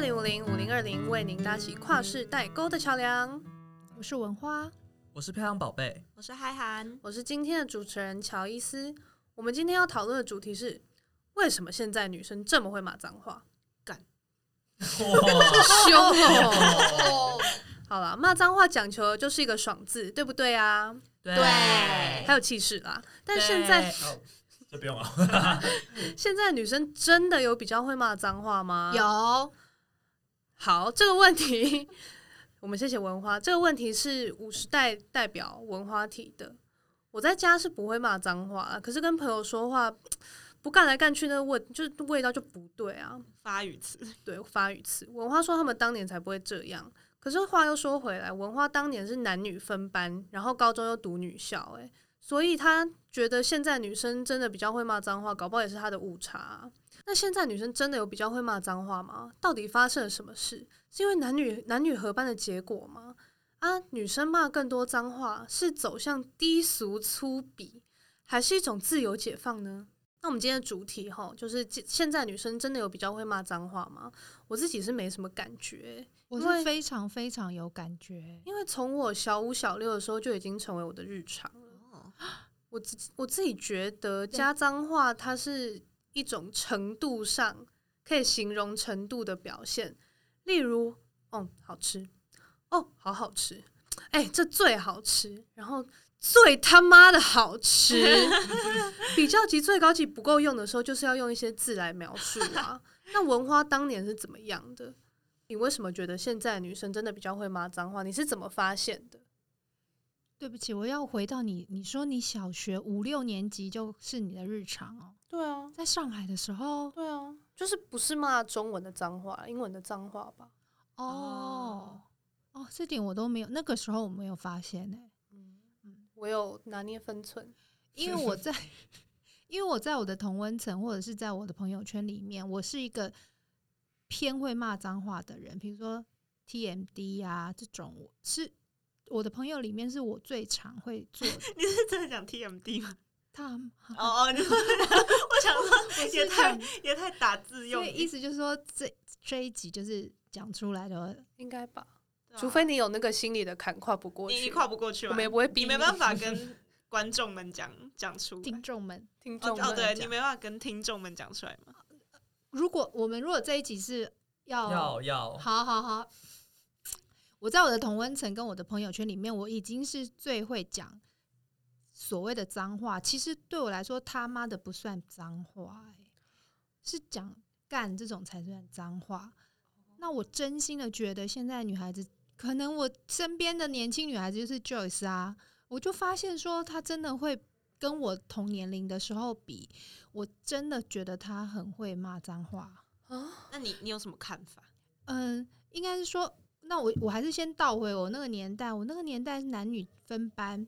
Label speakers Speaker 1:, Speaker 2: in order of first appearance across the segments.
Speaker 1: 零五零二零为您搭起跨世代沟的桥梁。
Speaker 2: 我是文花，
Speaker 3: 我是漂亮宝贝，
Speaker 4: 我是嗨涵，
Speaker 1: 我是今天的主持人乔伊斯。我们今天要讨论的主题是：为什么现在女生这么会骂脏话？
Speaker 3: 哇，
Speaker 1: 凶 哦！好了，骂脏话讲求的就是一个爽字，对不对啊？
Speaker 3: 对
Speaker 1: 还有气势啦。但现在
Speaker 3: 哦这不用了，
Speaker 1: 现在女生真的有比较会骂脏话吗？
Speaker 4: 有
Speaker 1: 好，这个问题，我们谢谢文花。这个问题是五十代代表文花提的。我在家是不会骂脏话啦，可是跟朋友说话不干来干去，那味就是味道就不对啊。
Speaker 4: 发语词，
Speaker 1: 对，发语词。文花说他们当年才不会这样。可是话又说回来，文花当年是男女分班，然后高中又读女校、欸，所以她觉得现在女生真的比较会骂脏话，搞不好也是她的误差啊、那现在女生真的有比较会骂脏话吗？到底发生了什么事？是因为男女男女合班的结果吗？啊，女生骂更多脏话是走向低俗粗鄙，还是一种自由解放呢？那我们今天的主题哈，就是现现在女生真的有比较会骂脏话吗？我自己是没什么感觉，
Speaker 2: 我
Speaker 1: 因为
Speaker 2: 是非常非常有感觉。
Speaker 1: 因为从我小五小六的时候就已经成为我的日常了。我自己我自己觉得加脏话，它是一种程度上可以形容程度的表现，例如，哦，好吃，哦，好好吃，哎、这最好吃，然后最他妈的好吃。比较级最高级不够用的时候，就是要用一些字来描述啊。那文花当年是怎么样的？你为什么觉得现在女生真的比较会骂脏话？你是怎么发现的？
Speaker 2: 对不起，我要回到你，你说你小学五六年级就是你的日常哦，
Speaker 1: 对啊，
Speaker 2: 在上海的时候
Speaker 1: 对啊，就是不是骂中文的脏话，英文的脏话吧？
Speaker 2: 哦哦，这点我都没有，那个时候我没有发现欸呢、
Speaker 1: 嗯我有拿捏分寸。
Speaker 2: 因为我在， 因为我在我的同温层或者是在我的朋友圈里面，我是一个偏会骂脏话的人，比如说 TMD 啊这种，我是我的朋友里面是我最常会做的
Speaker 4: 你是真的讲 TMD 吗？
Speaker 2: 他们。
Speaker 4: 哦哦，你说 我想说也
Speaker 2: 是
Speaker 4: 太
Speaker 2: 讲
Speaker 4: 也太打字
Speaker 2: 所
Speaker 4: 用
Speaker 2: 以意思就是说，这这一集就是讲出来的，
Speaker 1: 应该吧，
Speaker 4: 对啊
Speaker 1: 除非你有那个心里的坎跨不过去，
Speaker 4: 你你跨不过去
Speaker 1: 我
Speaker 4: 嘛，
Speaker 1: 们也不会逼
Speaker 4: 你没办法跟观众们讲讲出来
Speaker 2: 听众们。
Speaker 1: 听
Speaker 4: 哦
Speaker 1: 众
Speaker 4: 哦，
Speaker 1: 们
Speaker 4: 对
Speaker 1: 讲
Speaker 4: 你没办法跟听众们讲出来嘛，
Speaker 2: 如果我们如果这一集是要，
Speaker 3: 要要，
Speaker 2: 好好好，我在我的同温层跟我的朋友圈里面，我已经是最会讲所谓的脏话。其实对我来说，他妈的不算脏话、欸，是讲干这种才算脏话。那我真心的觉得，现在女孩子，可能我身边的年轻女孩子就是 Joyce 啊，我就发现说，她真的会跟我同年龄的时候比，我真的觉得她很会骂脏话。
Speaker 1: 啊，
Speaker 4: 那你你有什么看法？
Speaker 2: 嗯，应该是说，那我我还是先倒回我那个年代，我那个年代是男女分班，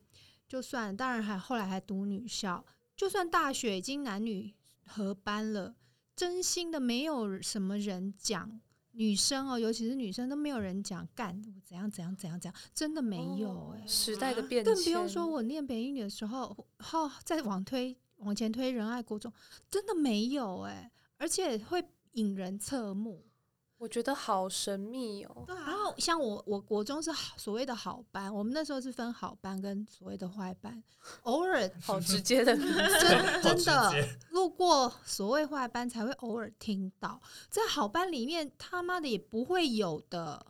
Speaker 2: 就算了当然还后来还读女校，就算大学已经男女合班了，真心的没有什么人讲女生哦，尤其是女生都没有人讲干我怎样怎样怎样怎样，真的没有哎、
Speaker 1: 哦时代
Speaker 4: 啊
Speaker 1: 的变迁，
Speaker 2: 更不用说我念北一女的时候，哦，再往推往前推仁爱国中，真的没有哎、而且会引人侧目。
Speaker 1: 我觉得好神秘哦。
Speaker 4: 对
Speaker 2: 然后像我，我国中是好所谓的好班，我们那时候是分好班跟所谓的坏班，偶尔
Speaker 1: 好直接 的名字，
Speaker 2: 真
Speaker 3: 好
Speaker 2: 真
Speaker 3: 直
Speaker 2: 的
Speaker 3: 接
Speaker 2: 路过所谓坏班才会偶尔听到，在好班里面他妈的也不会有的，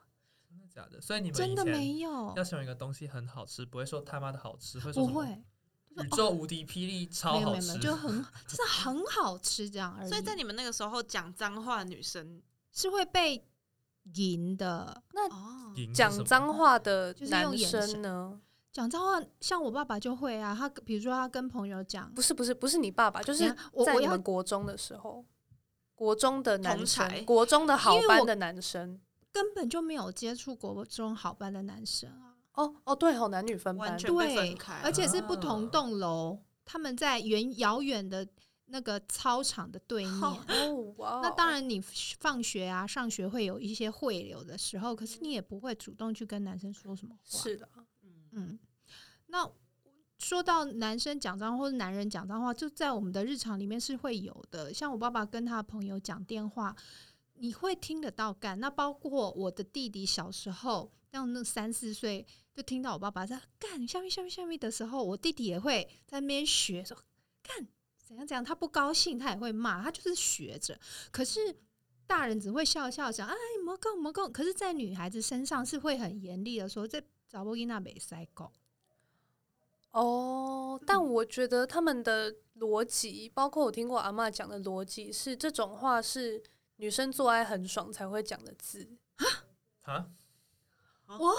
Speaker 3: 真的假的？所以你们
Speaker 2: 真的
Speaker 3: 以前
Speaker 2: 没有
Speaker 3: 要，形容一个东西很好吃，不会说他妈的好吃，会说
Speaker 2: 不
Speaker 3: 什么
Speaker 2: 会，哦
Speaker 3: 宇宙无敌霹雳超
Speaker 2: 没有
Speaker 3: 好
Speaker 2: 没有没
Speaker 3: 吃
Speaker 2: 有，，就很真的很好吃这样
Speaker 1: 嗯
Speaker 2: 而已，
Speaker 4: 所以在你们那个时候讲脏话，女生
Speaker 2: 是会被赢的。那
Speaker 4: 哦
Speaker 3: 赢是
Speaker 1: 讲
Speaker 3: 什么
Speaker 1: 脏话的
Speaker 2: 就是用
Speaker 1: 男
Speaker 2: 眼
Speaker 1: 生
Speaker 2: 神
Speaker 1: 呢？
Speaker 2: 讲脏话，像我爸爸就会啊，他比如说他跟朋友讲，
Speaker 1: 不是不是不是你爸爸，就是
Speaker 2: 等一下我
Speaker 1: 在
Speaker 2: 我
Speaker 1: 你
Speaker 2: 要
Speaker 1: 们国中的时候，国中的男
Speaker 4: 同
Speaker 1: 生，
Speaker 4: 才
Speaker 1: 国中的好
Speaker 2: 因为
Speaker 1: 班
Speaker 2: 我
Speaker 1: 的男生。
Speaker 2: 根本就没有接触国中好班的男生啊。
Speaker 1: 哦哦，对哦，男女分班
Speaker 4: 完，全被
Speaker 2: 对
Speaker 4: 分开，哦
Speaker 2: 而且是不同
Speaker 3: 啊
Speaker 2: 栋楼，他们在远遥远的那个操场的对面。
Speaker 1: 哦哇，
Speaker 2: 那当，然，你放学啊、上学会有一些汇流的时候，可是你也不会主动去跟男生说什么话。，
Speaker 1: 是的，
Speaker 4: 嗯
Speaker 2: 嗯。那说到男生讲脏话或者男人讲脏话，就在我们的日常里面是会有的。像我爸爸跟他朋友讲电话，你会听得到干。那包括我的弟弟小时候，像那三四岁就听到我爸爸在干下面下面下面的时候，我弟弟也会在那边学说干怎样怎样，他不高兴他也会骂，他就是学着。可是大人只会笑笑讲哎没够没够，可是，在女孩子身上是会很严厉的说这找波伊娜没塞够。
Speaker 1: 哦，但我觉得他们的逻辑，包括我听过阿嬷讲的逻辑，是这种话是女生做爱很爽才会讲的字。
Speaker 3: 啊
Speaker 2: 哇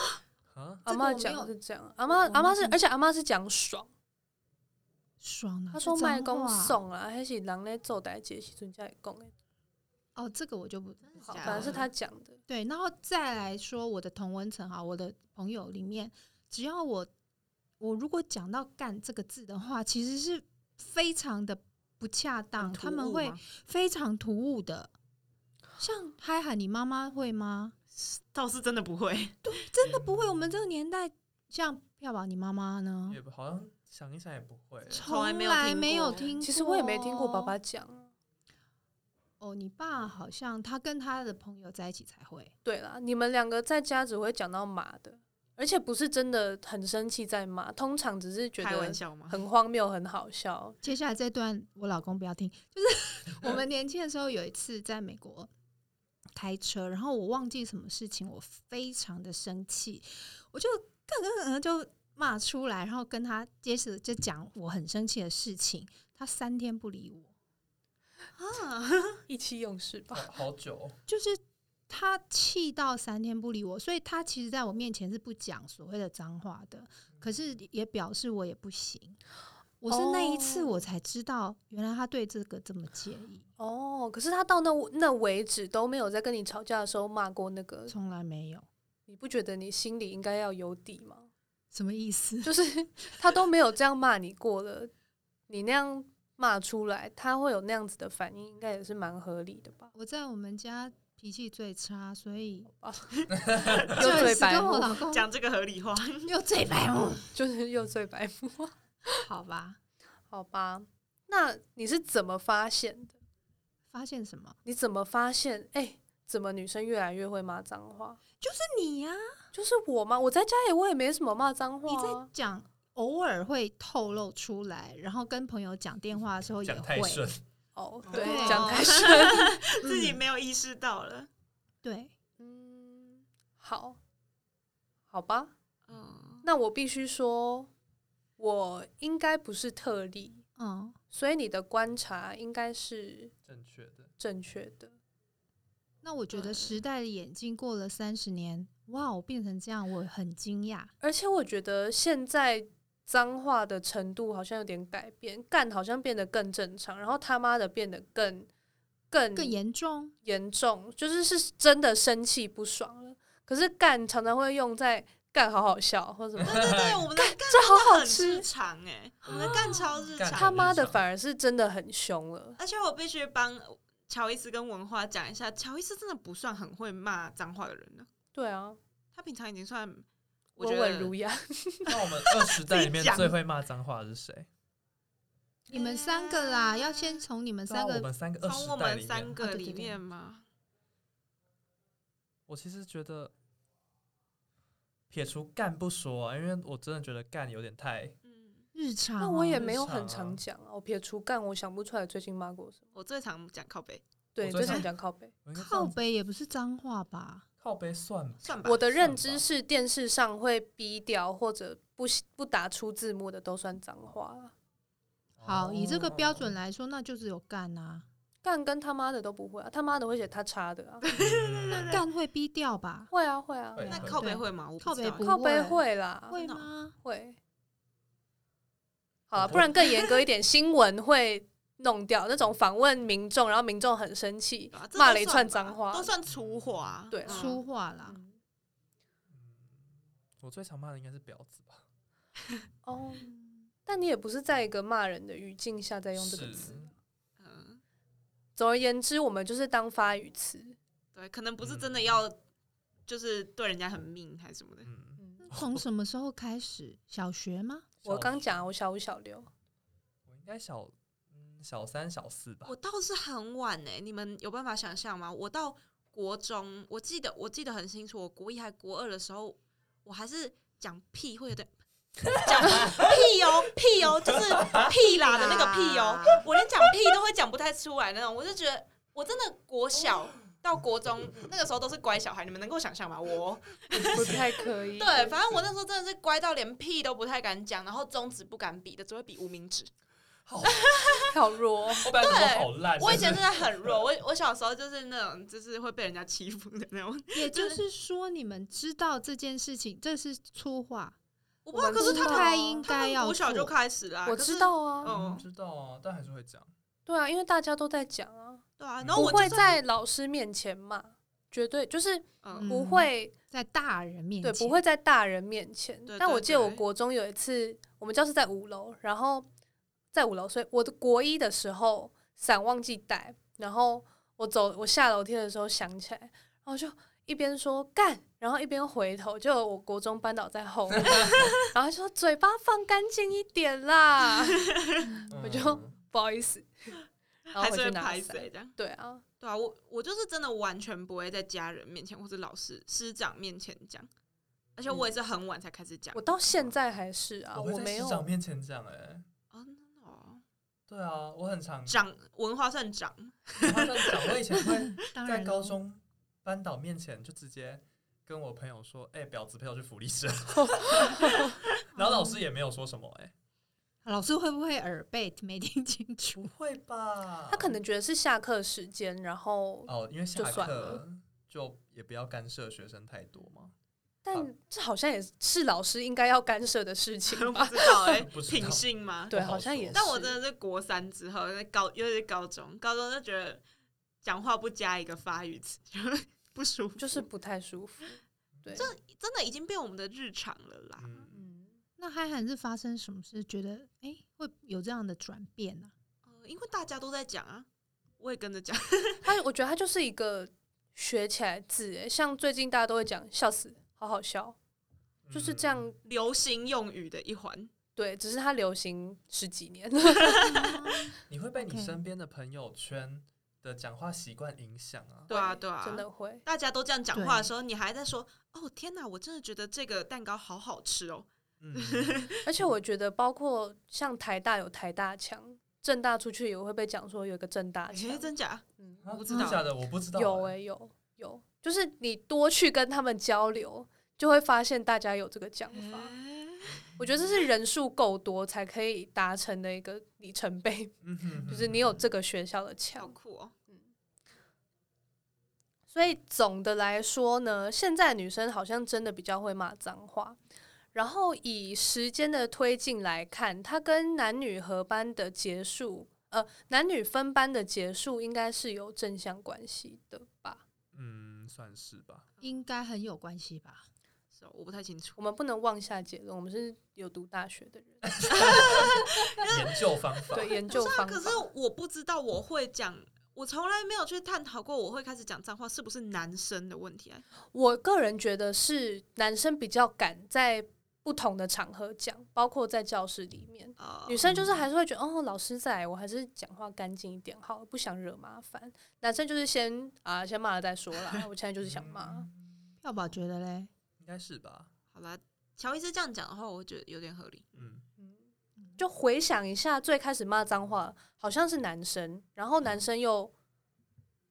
Speaker 3: 啊！
Speaker 1: 阿嬷
Speaker 2: 这个我没
Speaker 1: 讲
Speaker 2: 有
Speaker 1: 是这样，阿嬷
Speaker 2: 我
Speaker 1: 阿
Speaker 2: 没
Speaker 1: 嬷是
Speaker 2: 听，
Speaker 1: 而且阿嬷是讲爽，
Speaker 2: 爽啊！
Speaker 1: 她说
Speaker 2: 这脏
Speaker 1: 卖公
Speaker 2: 话
Speaker 1: 送啊，还是人咧做代志的时阵才会讲的。
Speaker 2: 哦，这个我就不
Speaker 1: 好，
Speaker 4: 假
Speaker 1: 反正是
Speaker 4: 的
Speaker 1: 她讲的。
Speaker 2: 对，然后再来说我的同温层哈，我的朋友里面，只要我我如果讲到“干”这个字的话，其实是非常的不恰
Speaker 4: 嗯
Speaker 2: 当，他们会非常突兀的。像嗨喊你妈妈会吗？
Speaker 4: 倒是真的不会，
Speaker 2: 真的不会，我们这个年代，像票宝你妈妈呢，
Speaker 3: 也不好像想一想也不会。
Speaker 4: 从来没有
Speaker 2: 来
Speaker 4: 听
Speaker 2: 没有
Speaker 4: 过
Speaker 2: 听过。
Speaker 1: 其实我也没听过爸爸讲。
Speaker 2: 哦，你爸好像他跟他的朋友在一起才会。
Speaker 1: 对啦，你们两个在家只会讲到骂的，而且不是真的很生气在骂，通常只是觉
Speaker 4: 开玩
Speaker 1: 得
Speaker 4: 笑吗？
Speaker 1: 很荒谬、很好笑。
Speaker 2: 接下来这段我老公不要听， 就是我们年轻的时候有一次在美国开车，然后我忘记什么事情，我非常的生气，我就更更更就骂出来，然后跟他接着就讲我很生气的事情，他三天不理我，
Speaker 4: 啊，
Speaker 1: 意气用事吧。
Speaker 3: 好好久哦，
Speaker 2: 就是他气到三天不理我，所以他其实在我面前是不讲所谓的脏话的，可是也表示我也不行。我是那一次
Speaker 1: 哦
Speaker 2: 我才知道，原来他对这个这么介意，
Speaker 1: 哦，可是他到那那为止都没有在跟你吵架的时候骂过那个，
Speaker 2: 从来没有。
Speaker 1: 你不觉得你心里应该要有底吗？
Speaker 2: 什么意思？
Speaker 1: 就是他都没有这样骂你过了，你那样骂出来，他会有那样子的反应，应该也是蛮合理的吧？
Speaker 2: 我在我们家脾气最差，所以
Speaker 1: 又
Speaker 2: 就
Speaker 1: 最
Speaker 2: 是
Speaker 1: 白
Speaker 2: 跟我
Speaker 1: 目，
Speaker 2: 老 公
Speaker 4: 讲这个合理化，
Speaker 2: 又最白目，
Speaker 1: 就是又最白目。
Speaker 2: 好吧？
Speaker 1: 好吧，那你是怎么发现的？
Speaker 2: 发现什么？
Speaker 1: 你怎么发现？哎、怎么女生越来越会骂脏话？
Speaker 2: 就是你呀、
Speaker 1: 就是我吗？我在家里我也没什么骂脏话、
Speaker 2: 你在
Speaker 1: 啊。
Speaker 2: 讲，偶尔会透露出来，然后跟朋友讲电话的时候也
Speaker 3: 讲太
Speaker 2: 会，嗯
Speaker 3: 顺，
Speaker 1: 哦，
Speaker 4: 哦
Speaker 1: 对
Speaker 2: 对，
Speaker 1: 讲 太深。
Speaker 4: 自己
Speaker 2: 嗯
Speaker 4: 没有意识到了。
Speaker 2: 对，
Speaker 1: 嗯，好，好吧，
Speaker 4: 嗯，
Speaker 1: 那我必须说，我应该不是特例，
Speaker 2: 嗯，
Speaker 1: 所以你的观察应该是
Speaker 3: 正确的。
Speaker 1: 正确的。
Speaker 2: 那我觉得
Speaker 4: 对
Speaker 2: 时代的眼镜过了三十年，哇，我变成这样，我很惊讶。
Speaker 1: 而且我觉得现在脏话的程度好像有点改变，干好像变得更正常，然后他妈的变得更更
Speaker 2: 更严重，
Speaker 1: 严重，就是是真的生气不爽了。可是干常常会用在干好好笑或什么，
Speaker 4: 对对 对，我们的干
Speaker 1: 这好好
Speaker 4: 很
Speaker 1: 吃哦
Speaker 4: 日，常哎，我们的干超日
Speaker 3: 干
Speaker 1: 他
Speaker 4: 常，
Speaker 1: 妈的反而是真的很凶了。
Speaker 4: 而且我必须帮乔伊斯跟文化讲一下，乔伊斯真的不算很会骂脏话的人了，
Speaker 1: 对啊，
Speaker 4: 他平常已经算我觉
Speaker 1: 温
Speaker 4: 得
Speaker 1: 文儒雅。
Speaker 3: 那我们二十代里面最会骂脏话的是谁？
Speaker 2: 你们三个啦，要先从你们
Speaker 3: 对啊
Speaker 2: 三
Speaker 3: 我
Speaker 2: 个
Speaker 3: 们三个二
Speaker 4: 从
Speaker 3: 十
Speaker 4: 我
Speaker 3: 代
Speaker 4: 们
Speaker 3: 里
Speaker 4: 三
Speaker 3: 面，
Speaker 2: 啊
Speaker 4: 个
Speaker 2: 对对
Speaker 4: 里
Speaker 2: 对
Speaker 4: 面嘛，
Speaker 3: 我其实觉得撇除干不说、啊，因为我真的觉得干有点太
Speaker 4: 嗯，
Speaker 2: 日常啊、
Speaker 1: 那我也没
Speaker 3: 日
Speaker 1: 有很常
Speaker 3: 常啊
Speaker 1: 讲啊，我撇除干，我想不出来最近骂过什么。
Speaker 4: 我最常讲靠背，
Speaker 1: 对，
Speaker 3: 最
Speaker 1: 最常
Speaker 3: 常
Speaker 1: 讲靠背。
Speaker 3: 我应该这
Speaker 2: 靠
Speaker 3: 样
Speaker 2: 北也不是脏话吧？
Speaker 3: 靠背算吧
Speaker 4: 算吧，
Speaker 1: 我的认
Speaker 3: 算
Speaker 1: 知
Speaker 3: 吧
Speaker 1: 是电视上会逼掉或者不写不打出字幕的都算脏话啊啦
Speaker 2: 好，以这个标准
Speaker 3: 哦
Speaker 2: 来说，那就只有干啊，
Speaker 1: 干跟他妈的都不会啊，他妈的会写他叉的啊，
Speaker 3: 嗯
Speaker 2: 干会逼掉吧？
Speaker 1: 会啊会啊，
Speaker 3: 会
Speaker 1: 会
Speaker 4: 那
Speaker 1: 啊
Speaker 4: 靠背会吗？我
Speaker 2: 靠
Speaker 4: 知
Speaker 2: 北
Speaker 4: 道
Speaker 2: 不
Speaker 1: 靠背
Speaker 2: 会
Speaker 1: 会啦，
Speaker 2: 会
Speaker 4: 真的哦
Speaker 2: 吗？
Speaker 1: 会。好了，
Speaker 3: 不
Speaker 1: 不然更严格一点，新闻会弄掉那种访问民众，然后民众很生气
Speaker 4: 啊，这
Speaker 1: 骂
Speaker 4: 都
Speaker 1: 了一
Speaker 4: 算
Speaker 1: 串
Speaker 4: 吧
Speaker 1: 脏话，
Speaker 4: 都算粗话，
Speaker 1: 对
Speaker 4: 嗯
Speaker 2: 粗话啦，
Speaker 1: 嗯
Speaker 3: 嗯我最常骂的应该是婊子吧？
Speaker 1: 哦。但你也不是在一个骂人的语境下在用这个
Speaker 3: 是
Speaker 1: 词。
Speaker 4: 嗯，
Speaker 1: 总而言之，我们就是当发语词。
Speaker 4: 对，可能不是真的要，就是对人家很命还是什么的，
Speaker 3: 嗯，
Speaker 1: 嗯，
Speaker 2: 从什么时候开始？小学吗？
Speaker 1: 我
Speaker 3: 小
Speaker 1: 刚
Speaker 3: 学
Speaker 1: 讲啊我小五小六，
Speaker 3: 我应该小嗯小三小四吧
Speaker 4: 欸我。倒是很晚哎、你们有办法想象吗？我到国中，我记得我记得很清楚，我国一还国二的时候，我还是讲屁会有点讲屁哦屁哦，就是屁啦的那个屁哦，我连讲屁都会讲不太出来那种，我就觉得我真的国小。到国中那个时候都是乖小孩，你们能够想象吗？我
Speaker 1: 不太可以。
Speaker 4: 对，反正我那时候真的是乖到连屁都不太敢讲，然后中指不敢比的，只会比无名指。
Speaker 3: 好，
Speaker 1: 好弱，
Speaker 3: 我本来想说好烂，
Speaker 4: 我以前真的很弱，我我小时候就是那种就是会被人家欺负的那 种。
Speaker 2: 也就是说，你们知道这件事情，这是粗话，
Speaker 4: 我不知道，啊可
Speaker 2: 不
Speaker 4: 是他
Speaker 2: 太应该
Speaker 4: 他
Speaker 2: 要
Speaker 4: 从
Speaker 2: 做。
Speaker 4: 国小就开始啦。
Speaker 1: 我
Speaker 4: 可是
Speaker 1: 知。道啊，
Speaker 3: 嗯
Speaker 4: 嗯，
Speaker 3: 知道啊，但还是会讲。
Speaker 1: 对啊，因为大家都在讲啊，
Speaker 4: 对啊，然后
Speaker 3: 不
Speaker 1: 不
Speaker 4: 我就
Speaker 1: 会
Speaker 4: 是
Speaker 1: 在老师面前骂，绝对就是
Speaker 4: 嗯，
Speaker 1: 不会，
Speaker 2: 在大人面
Speaker 1: 对，
Speaker 2: 前，
Speaker 1: 不会在大人面前
Speaker 4: 对。
Speaker 1: 但
Speaker 4: 对
Speaker 1: 我记得我
Speaker 4: 对
Speaker 1: 国中有一次，我们教室在五楼，然后在五楼，所以我的国一的时候伞忘记带，然后我走我下楼梯的时候想起来，然后就一边说干，然后一边回头，就有我国中班导在后 面，然后就说嘴巴放干净一点啦， 我就
Speaker 3: 嗯
Speaker 1: 不好意 思，然后
Speaker 4: 还
Speaker 1: 回
Speaker 4: 是会
Speaker 1: 去拿
Speaker 4: 拍
Speaker 1: 伞。
Speaker 4: 谁这样。
Speaker 1: 对啊，
Speaker 4: 对啊，我我就是真的完全不会在家人面前或者老师师长面前讲，而且我也是很晚才开始讲。
Speaker 1: 嗯我到现在还是啊，
Speaker 3: 我
Speaker 1: 我
Speaker 3: 会在
Speaker 1: 没有
Speaker 3: 师长面前讲哎，
Speaker 4: 哦，真的哦
Speaker 3: 对啊，我很常
Speaker 4: 长文化算长，
Speaker 3: 他这样讲，我以前会
Speaker 2: 当
Speaker 3: 在
Speaker 2: 然
Speaker 3: 高
Speaker 2: 咯
Speaker 3: 中班导面前就直接跟我朋友说：“哎、婊子陪我去福利 社。”然后老
Speaker 1: 哦
Speaker 3: 师也没有说什么、哎，
Speaker 2: 老师会不会耳背没听清楚？
Speaker 3: 会吧？
Speaker 1: 他可能觉得是下课时间，然后
Speaker 3: 哦，因为下
Speaker 1: 就算了
Speaker 3: 课就也不要干涉学生太多嘛。好
Speaker 1: 但这好像也是老师应该要干涉的事情
Speaker 4: 不
Speaker 1: 吧？
Speaker 4: 知道哎、
Speaker 3: 不知道
Speaker 4: 品性吗？
Speaker 1: 对，
Speaker 3: 不好
Speaker 1: 好像也是。
Speaker 3: 说
Speaker 4: 但我真的是国三之后，那高尤其是高中，高中就觉得讲话不加一个发语词，就 不舒服，
Speaker 1: 就是不太舒 服。对，
Speaker 4: 真的已经变我们的日常了啦。
Speaker 3: 嗯，
Speaker 1: 嗯，
Speaker 2: 那嗨涵是发生什么事？觉得哎、诶会有这样的转变啊 呢、
Speaker 4: 呃因为大家都在讲啊，我也跟着讲。
Speaker 1: 他我觉得他就是一个学起来字耶，像最近大家都会讲笑死，好好笑，
Speaker 3: 嗯
Speaker 1: 就是这样。
Speaker 4: 流行用语的一环，
Speaker 1: 对，只是它流行十几年，
Speaker 3: 你会被你
Speaker 2: OK
Speaker 3: 身边的朋友圈的讲话习惯影响啊。
Speaker 4: 对 啊，对啊，
Speaker 1: 真的会。
Speaker 4: 大家都这样讲话的时候，你还在说哦天哪，我真的觉得这个蛋糕好好吃哦。
Speaker 3: 嗯，
Speaker 1: 而且我觉得，包括像台大有台大腔，正大出去也会被讲说有一个正大
Speaker 4: 哎、
Speaker 1: 腔。
Speaker 4: 真假？
Speaker 1: 嗯，
Speaker 3: 啊
Speaker 4: 不知
Speaker 3: 真的
Speaker 4: 道
Speaker 3: 假的，我不知道、
Speaker 1: 有哎、
Speaker 3: 哎、
Speaker 1: 有有，就是你多去跟他们交流，就会发现大家有这个讲法。
Speaker 3: 嗯
Speaker 1: 我觉得这是人数够多才可以达成的一个里程碑，
Speaker 3: 嗯哼
Speaker 1: 就是你有
Speaker 3: 哼
Speaker 1: 这个学校的
Speaker 4: 好
Speaker 1: 强。
Speaker 4: 酷哦！
Speaker 1: 嗯所以总的来说呢，现在女生好像真的比较会骂脏话。然后以时间的推进来看，它跟男女合班的结束，呃，男女分班的结束应该是有正向关系的吧？
Speaker 3: 嗯，算是吧。
Speaker 2: 应该很有关系吧？
Speaker 4: 是哦我不太清楚
Speaker 1: 我。们不能妄下结论，我们是有读大学的人。
Speaker 3: 研究方法，
Speaker 1: 对研究方法。
Speaker 4: 可是我不知道我会讲，我从来没有去探讨过我会开始讲脏话是不是男生的问题啊？
Speaker 1: 我个人觉得是男生比较敢在不同的场合讲，包括在教室里面。
Speaker 4: 呃
Speaker 1: 女生就是还是会觉得，哦，老师在我还是讲话干净一点好，不想惹麻烦。男生就是先啊，先骂了再说啦。我现在就是想骂，
Speaker 3: 嗯
Speaker 2: 要宝觉得嘞，
Speaker 3: 应该是吧。
Speaker 4: 好啦，乔伊斯这样讲的话，我觉得有点合理。
Speaker 3: 嗯，
Speaker 1: 就回想一下，最开始骂脏话好像是男生，然后男生又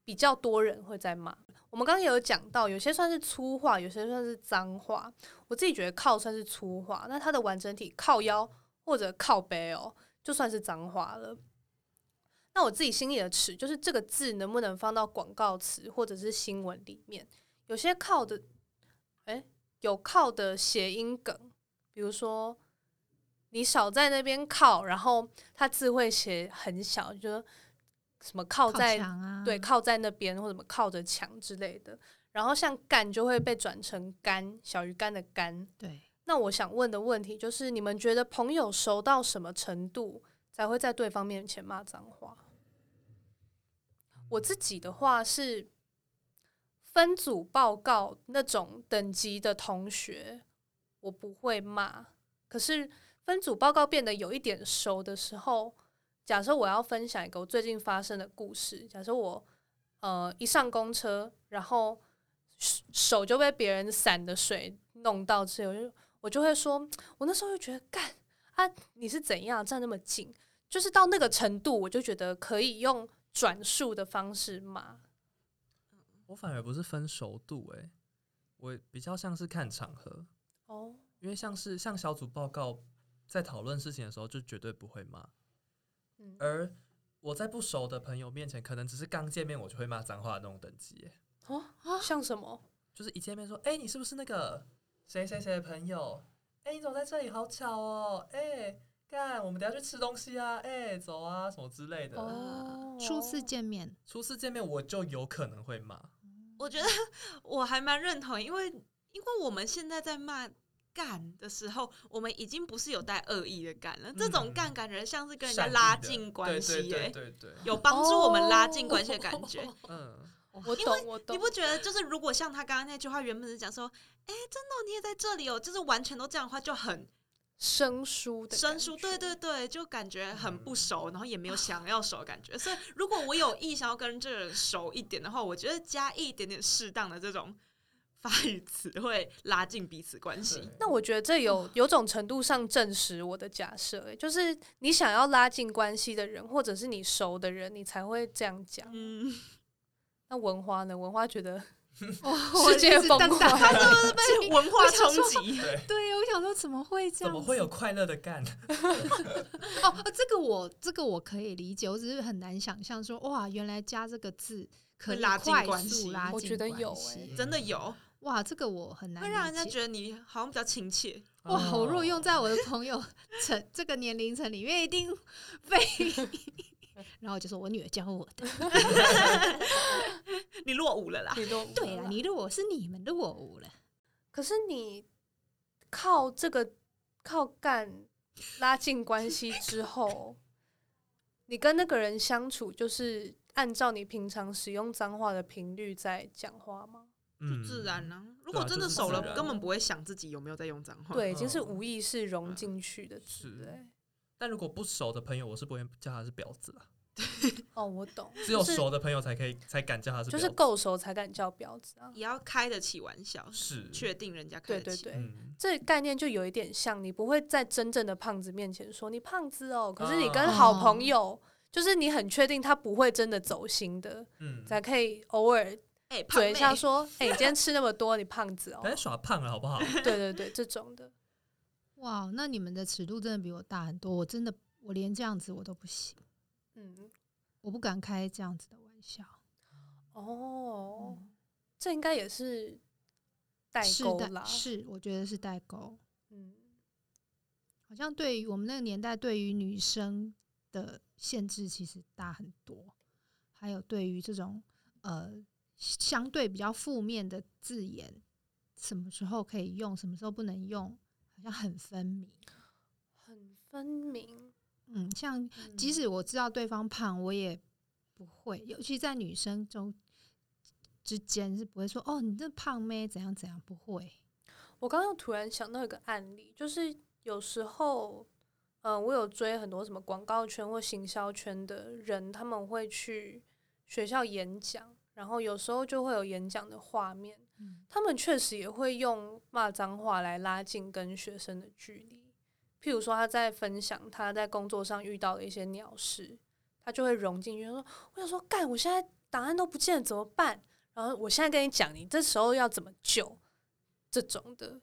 Speaker 1: 比较多人会在骂。我们刚刚也有讲到，有些算是粗话，有些算是脏话。我自己觉得靠算是粗话，那它的完整体靠腰或者靠背哦，就算是脏话了。那我自己心里的尺就是这个字能不能放到广告词或者是新闻里面？有些靠的，哎、有靠的谐音梗，比如说你少在那边靠，然后它字会写很小，就说什么靠
Speaker 4: 哦
Speaker 2: 靠
Speaker 1: 在
Speaker 2: 墙啊，
Speaker 1: 对，靠在那边或什么靠着墙之类的。然后像干就会被转成干，小鱼干的干。
Speaker 2: 对，
Speaker 1: 那我想问的问题就是，你们觉得朋友熟到什么程度才会在对方面前骂脏话？我自己的话是分组报告那种等级的同学，我不会骂。可是分组报告变得有一点熟的时候，假设我要分享一个我最近发生的故事，假设我呃一上公车，然后手手就被别人伞的水弄到之后，我就我就会说，我那时候就觉得干啊，你是怎样站那么近？就是到那个程度，我就觉得可以用转述的方式骂。
Speaker 3: 我反而不是分熟度、欸，我比较像是看场合，
Speaker 1: 哦，
Speaker 3: 因为像是像小组报告在讨论事情的时候，就绝对不会骂。
Speaker 1: 嗯
Speaker 3: 而我在不熟的朋友面前，可能只是刚见面我就会骂脏话的那种等级耶、
Speaker 1: 哦，
Speaker 4: 呃
Speaker 1: 像什么？
Speaker 3: 就是一见面说：“哎、你是不是那个谁谁谁的朋友？哎、你怎么在这里？好巧哦！哎、干，我们等一下去吃东西啊！哎、走啊，什么之类
Speaker 4: 呃
Speaker 3: 的。
Speaker 1: 哦，
Speaker 2: 初次见面，
Speaker 3: 初次见面我就有可能会骂，
Speaker 4: 我觉得我还蛮认同，因为因为我们现在在骂干的时候，我们已经不是有带恶意的干了，这种
Speaker 3: 嗯
Speaker 4: 干感觉像是跟人家
Speaker 3: 善意
Speaker 4: 拉
Speaker 3: 的
Speaker 4: 近关系、欸耶，
Speaker 3: 对对对对对，
Speaker 4: 有帮助我们拉近关系的感 觉。
Speaker 3: 嗯，
Speaker 1: 哦我懂，我懂。
Speaker 4: 你不觉得就是如果像他刚刚那句话原本是讲说，哎、真的哦、你也在这里哦，就是完全都这样的话就很
Speaker 1: 生疏的
Speaker 4: 生
Speaker 1: 感
Speaker 4: 疏，
Speaker 1: 觉
Speaker 4: 对对对，就感觉很不熟，然后也没有想要熟的感觉。所以如果我有意想要跟这个人熟一点的话，我觉得加一点点适当的这种法语词会拉近彼此关系
Speaker 3: 对。
Speaker 1: 那我觉得这
Speaker 4: 哦
Speaker 1: 有有种程度上证实我的假设、欸，就是你想要拉近关系的人，或者是你熟的人，你才会这样讲。
Speaker 4: 嗯，
Speaker 1: 那文花呢？文花觉得
Speaker 4: 哦
Speaker 2: 我
Speaker 1: 世界
Speaker 2: 一直
Speaker 1: 疯
Speaker 2: 当
Speaker 1: 狂
Speaker 2: 打开
Speaker 4: 就是被文化冲击。
Speaker 3: 对，
Speaker 2: 对，我想说怎么会这
Speaker 3: 怎
Speaker 2: 样？
Speaker 3: 么会有快乐的干？
Speaker 2: 哦，呃这个我这个我可以理解，我只是很难想象说哇，原来加这个字可
Speaker 4: 会
Speaker 2: 以
Speaker 4: 拉近
Speaker 2: 快
Speaker 4: 关
Speaker 2: 速
Speaker 4: 系
Speaker 2: 拉近
Speaker 1: 我觉得有
Speaker 2: 关系
Speaker 1: 欸
Speaker 4: 真的有，
Speaker 2: 哇，这个我很难
Speaker 4: 会让人
Speaker 2: 理
Speaker 4: 家
Speaker 2: 解
Speaker 4: 觉得你好像比较亲切。
Speaker 2: 哇，我如果用
Speaker 3: 哦
Speaker 2: 在我的朋友 层这个年龄层里面，一定被。 然后我就说我女儿教我 的，
Speaker 4: 你落伍了啦。
Speaker 1: 你都
Speaker 2: 对啦，你的我是你们的我了，
Speaker 1: 可是你靠这个靠干拉近关系之后，你跟那个人相处，就是按照你平常使用脏话的频率在讲话吗？
Speaker 3: 嗯
Speaker 4: 就自然
Speaker 3: 了。
Speaker 4: 呢、如果
Speaker 3: 对啊
Speaker 4: 真
Speaker 3: 就
Speaker 4: 的
Speaker 3: 是
Speaker 4: 熟
Speaker 3: 自
Speaker 4: 了，
Speaker 3: 然
Speaker 4: 根本不会想自己有没有在用脏话。
Speaker 1: 对，已经是
Speaker 3: 嗯
Speaker 1: 无意识融进去的
Speaker 3: 是
Speaker 1: 词、欸。
Speaker 3: 但如果不熟的朋友，我是不会叫他是婊子啦。
Speaker 1: 哦，我懂，
Speaker 3: 只有
Speaker 1: 就是
Speaker 3: 熟的朋友才可以才敢叫他是婊
Speaker 1: 就
Speaker 3: 子，
Speaker 1: 是够熟才敢叫婊子啊。
Speaker 4: 也要开得起玩笑，
Speaker 3: 是
Speaker 4: 确定人家开
Speaker 1: 对
Speaker 4: 得
Speaker 1: 对
Speaker 4: 起。
Speaker 1: 对，
Speaker 3: 嗯，
Speaker 1: 这个概念就有一点像，你不会在真正的胖子面前说你胖子哦，可是你跟
Speaker 3: 哦
Speaker 1: 好朋友，就是你很确定他不会真的走心的，
Speaker 3: 嗯，
Speaker 1: 才可以偶尔
Speaker 4: 哎、胖
Speaker 1: 嘴
Speaker 4: 妹
Speaker 1: 一下说，哎、你今天吃那么多，你胖子哦
Speaker 3: 不。要再耍胖了好不好？
Speaker 1: 对对对，这种的，
Speaker 2: 哇，那你们的尺度真的比我大很多，我真的我连这样子我都不行，
Speaker 1: 嗯，
Speaker 2: 我不敢开这样子的玩笑，
Speaker 1: 哦，
Speaker 2: 嗯
Speaker 1: 这应该也是代
Speaker 2: 是
Speaker 1: 沟
Speaker 2: 的
Speaker 1: 啦，
Speaker 2: 是，我觉得是代沟。
Speaker 1: 嗯，
Speaker 2: 好像对于我们那个年代，对于女生的限制其实大很多，还有对于这种呃相对比较负面的字眼，什么时候可以用，什么时候不能用，好像很分明。
Speaker 1: 很分明。
Speaker 2: 嗯，像
Speaker 1: 嗯
Speaker 2: 即使我知道对方胖，我也不会，尤其在女生中之间是不会说哦，你这胖妹怎样怎样，不会。
Speaker 1: 我刚刚又突然想到一个案例，就是有时候，嗯、我有追很多什么广告圈或行销圈的人，他们会去学校演讲，然后有时候就会有演讲的画面，
Speaker 2: 嗯
Speaker 1: 他们确实也会用骂脏话来拉近跟学生的距离。譬如说，他在分享他在工作上遇到的一些鸟事，他就会融进去，他说：“我想说，干，我现在档案都不见了，怎么办？”然后我现在跟你讲，你这时候要怎么救这种的。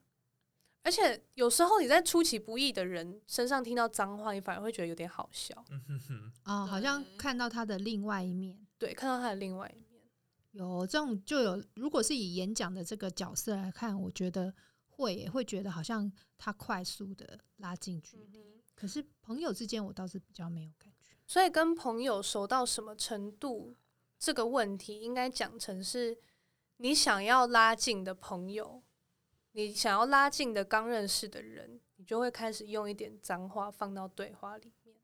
Speaker 1: 而且有时候你在出其不意的人身上听到脏话，你反而会觉得有点好笑。
Speaker 3: 嗯哼哼，
Speaker 2: 啊、
Speaker 1: 哦
Speaker 2: 好像
Speaker 4: 对
Speaker 2: 看到他的另外一面。
Speaker 1: 对，看到他的另外一面，
Speaker 2: 有这种就有，如果是以演讲的这个角色来看，我觉得会耶会觉得好像他快速的拉近距
Speaker 1: 嗯
Speaker 2: 离。可是朋友之间，我倒是比较没有感觉。
Speaker 1: 所以跟朋友熟到什么程度这个问题，应该讲成是你想要拉近的朋友，你想要拉近的刚认识的人，你就会开始用一点脏话放到对话里面。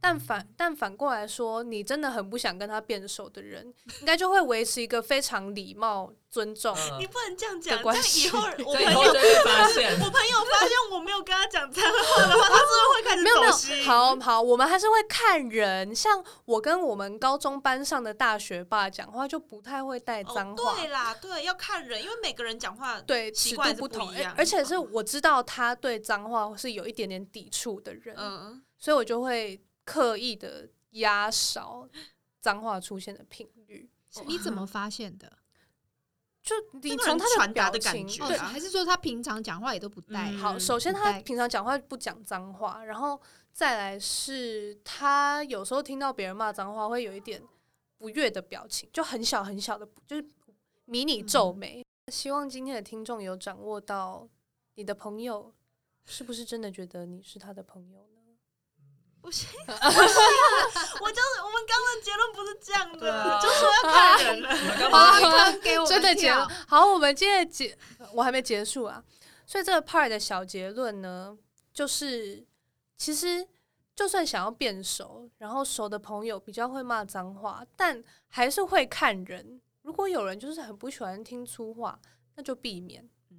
Speaker 1: 但反但反过来说，你真的很不想跟他变熟的人，应该就会维持一个非常礼貌、尊重。
Speaker 4: 你不能这样
Speaker 1: 的
Speaker 4: 讲，这
Speaker 1: 关
Speaker 4: 样以
Speaker 1: 系
Speaker 4: 后我
Speaker 3: 这
Speaker 4: 朋
Speaker 3: 以后
Speaker 4: 友。
Speaker 3: 就会发现，
Speaker 4: 我朋友发现我没有跟他讲脏话的话，他是不是会开始
Speaker 1: 没有没
Speaker 4: 走心
Speaker 1: 有，？好好，我们还是会看人。像我跟我们高中班上的大学霸讲话，就不太会带脏
Speaker 4: 哦，
Speaker 1: 话。
Speaker 4: 对啦，对，要看人，因为每个人讲话
Speaker 1: 对，
Speaker 4: 习
Speaker 1: 尺
Speaker 4: 惯
Speaker 1: 度
Speaker 4: 是
Speaker 1: 不同，
Speaker 4: 一
Speaker 1: 而
Speaker 4: 样，嗯
Speaker 1: 而且是我知道他对脏话是有一点点抵触的人，
Speaker 4: 嗯，
Speaker 1: 所以我就会刻意的压少脏话出现的频率。
Speaker 2: 你怎么发现的？
Speaker 1: 就
Speaker 4: 这
Speaker 1: 你
Speaker 4: 个
Speaker 1: 从
Speaker 4: 人
Speaker 1: 他
Speaker 4: 传
Speaker 1: 表
Speaker 4: 达的感
Speaker 1: 情，
Speaker 4: 觉
Speaker 2: 哦，
Speaker 1: 对，
Speaker 4: 啊
Speaker 2: 还是说他平常讲话也都不带？
Speaker 4: 嗯
Speaker 1: 好， 首先
Speaker 2: 不
Speaker 1: 他
Speaker 2: 带
Speaker 1: 平常讲话不讲脏话，然后再来是他有时候听到别人骂脏话，会有一点不悦的表情，就很小很小的，就是迷你皱眉。希望今天的听众有掌握到你的朋友是不是真的觉得你是他的朋友呢？
Speaker 4: 不行，不行啊，我就是我们刚刚的结论不是这样
Speaker 3: 对
Speaker 4: 的，
Speaker 3: 啊
Speaker 4: 就说 要看人了。
Speaker 3: 你们干嘛
Speaker 2: 挖坑给我们
Speaker 1: 真的结
Speaker 2: 跳
Speaker 1: 论好，我们今天的结我还没结束啊，所以这个 part 的小结论呢，就是其实就算想要变熟，然后熟的朋友比较会骂脏话，但还是会看人。如果有人就是很不喜欢听粗话，那就避免。
Speaker 2: 嗯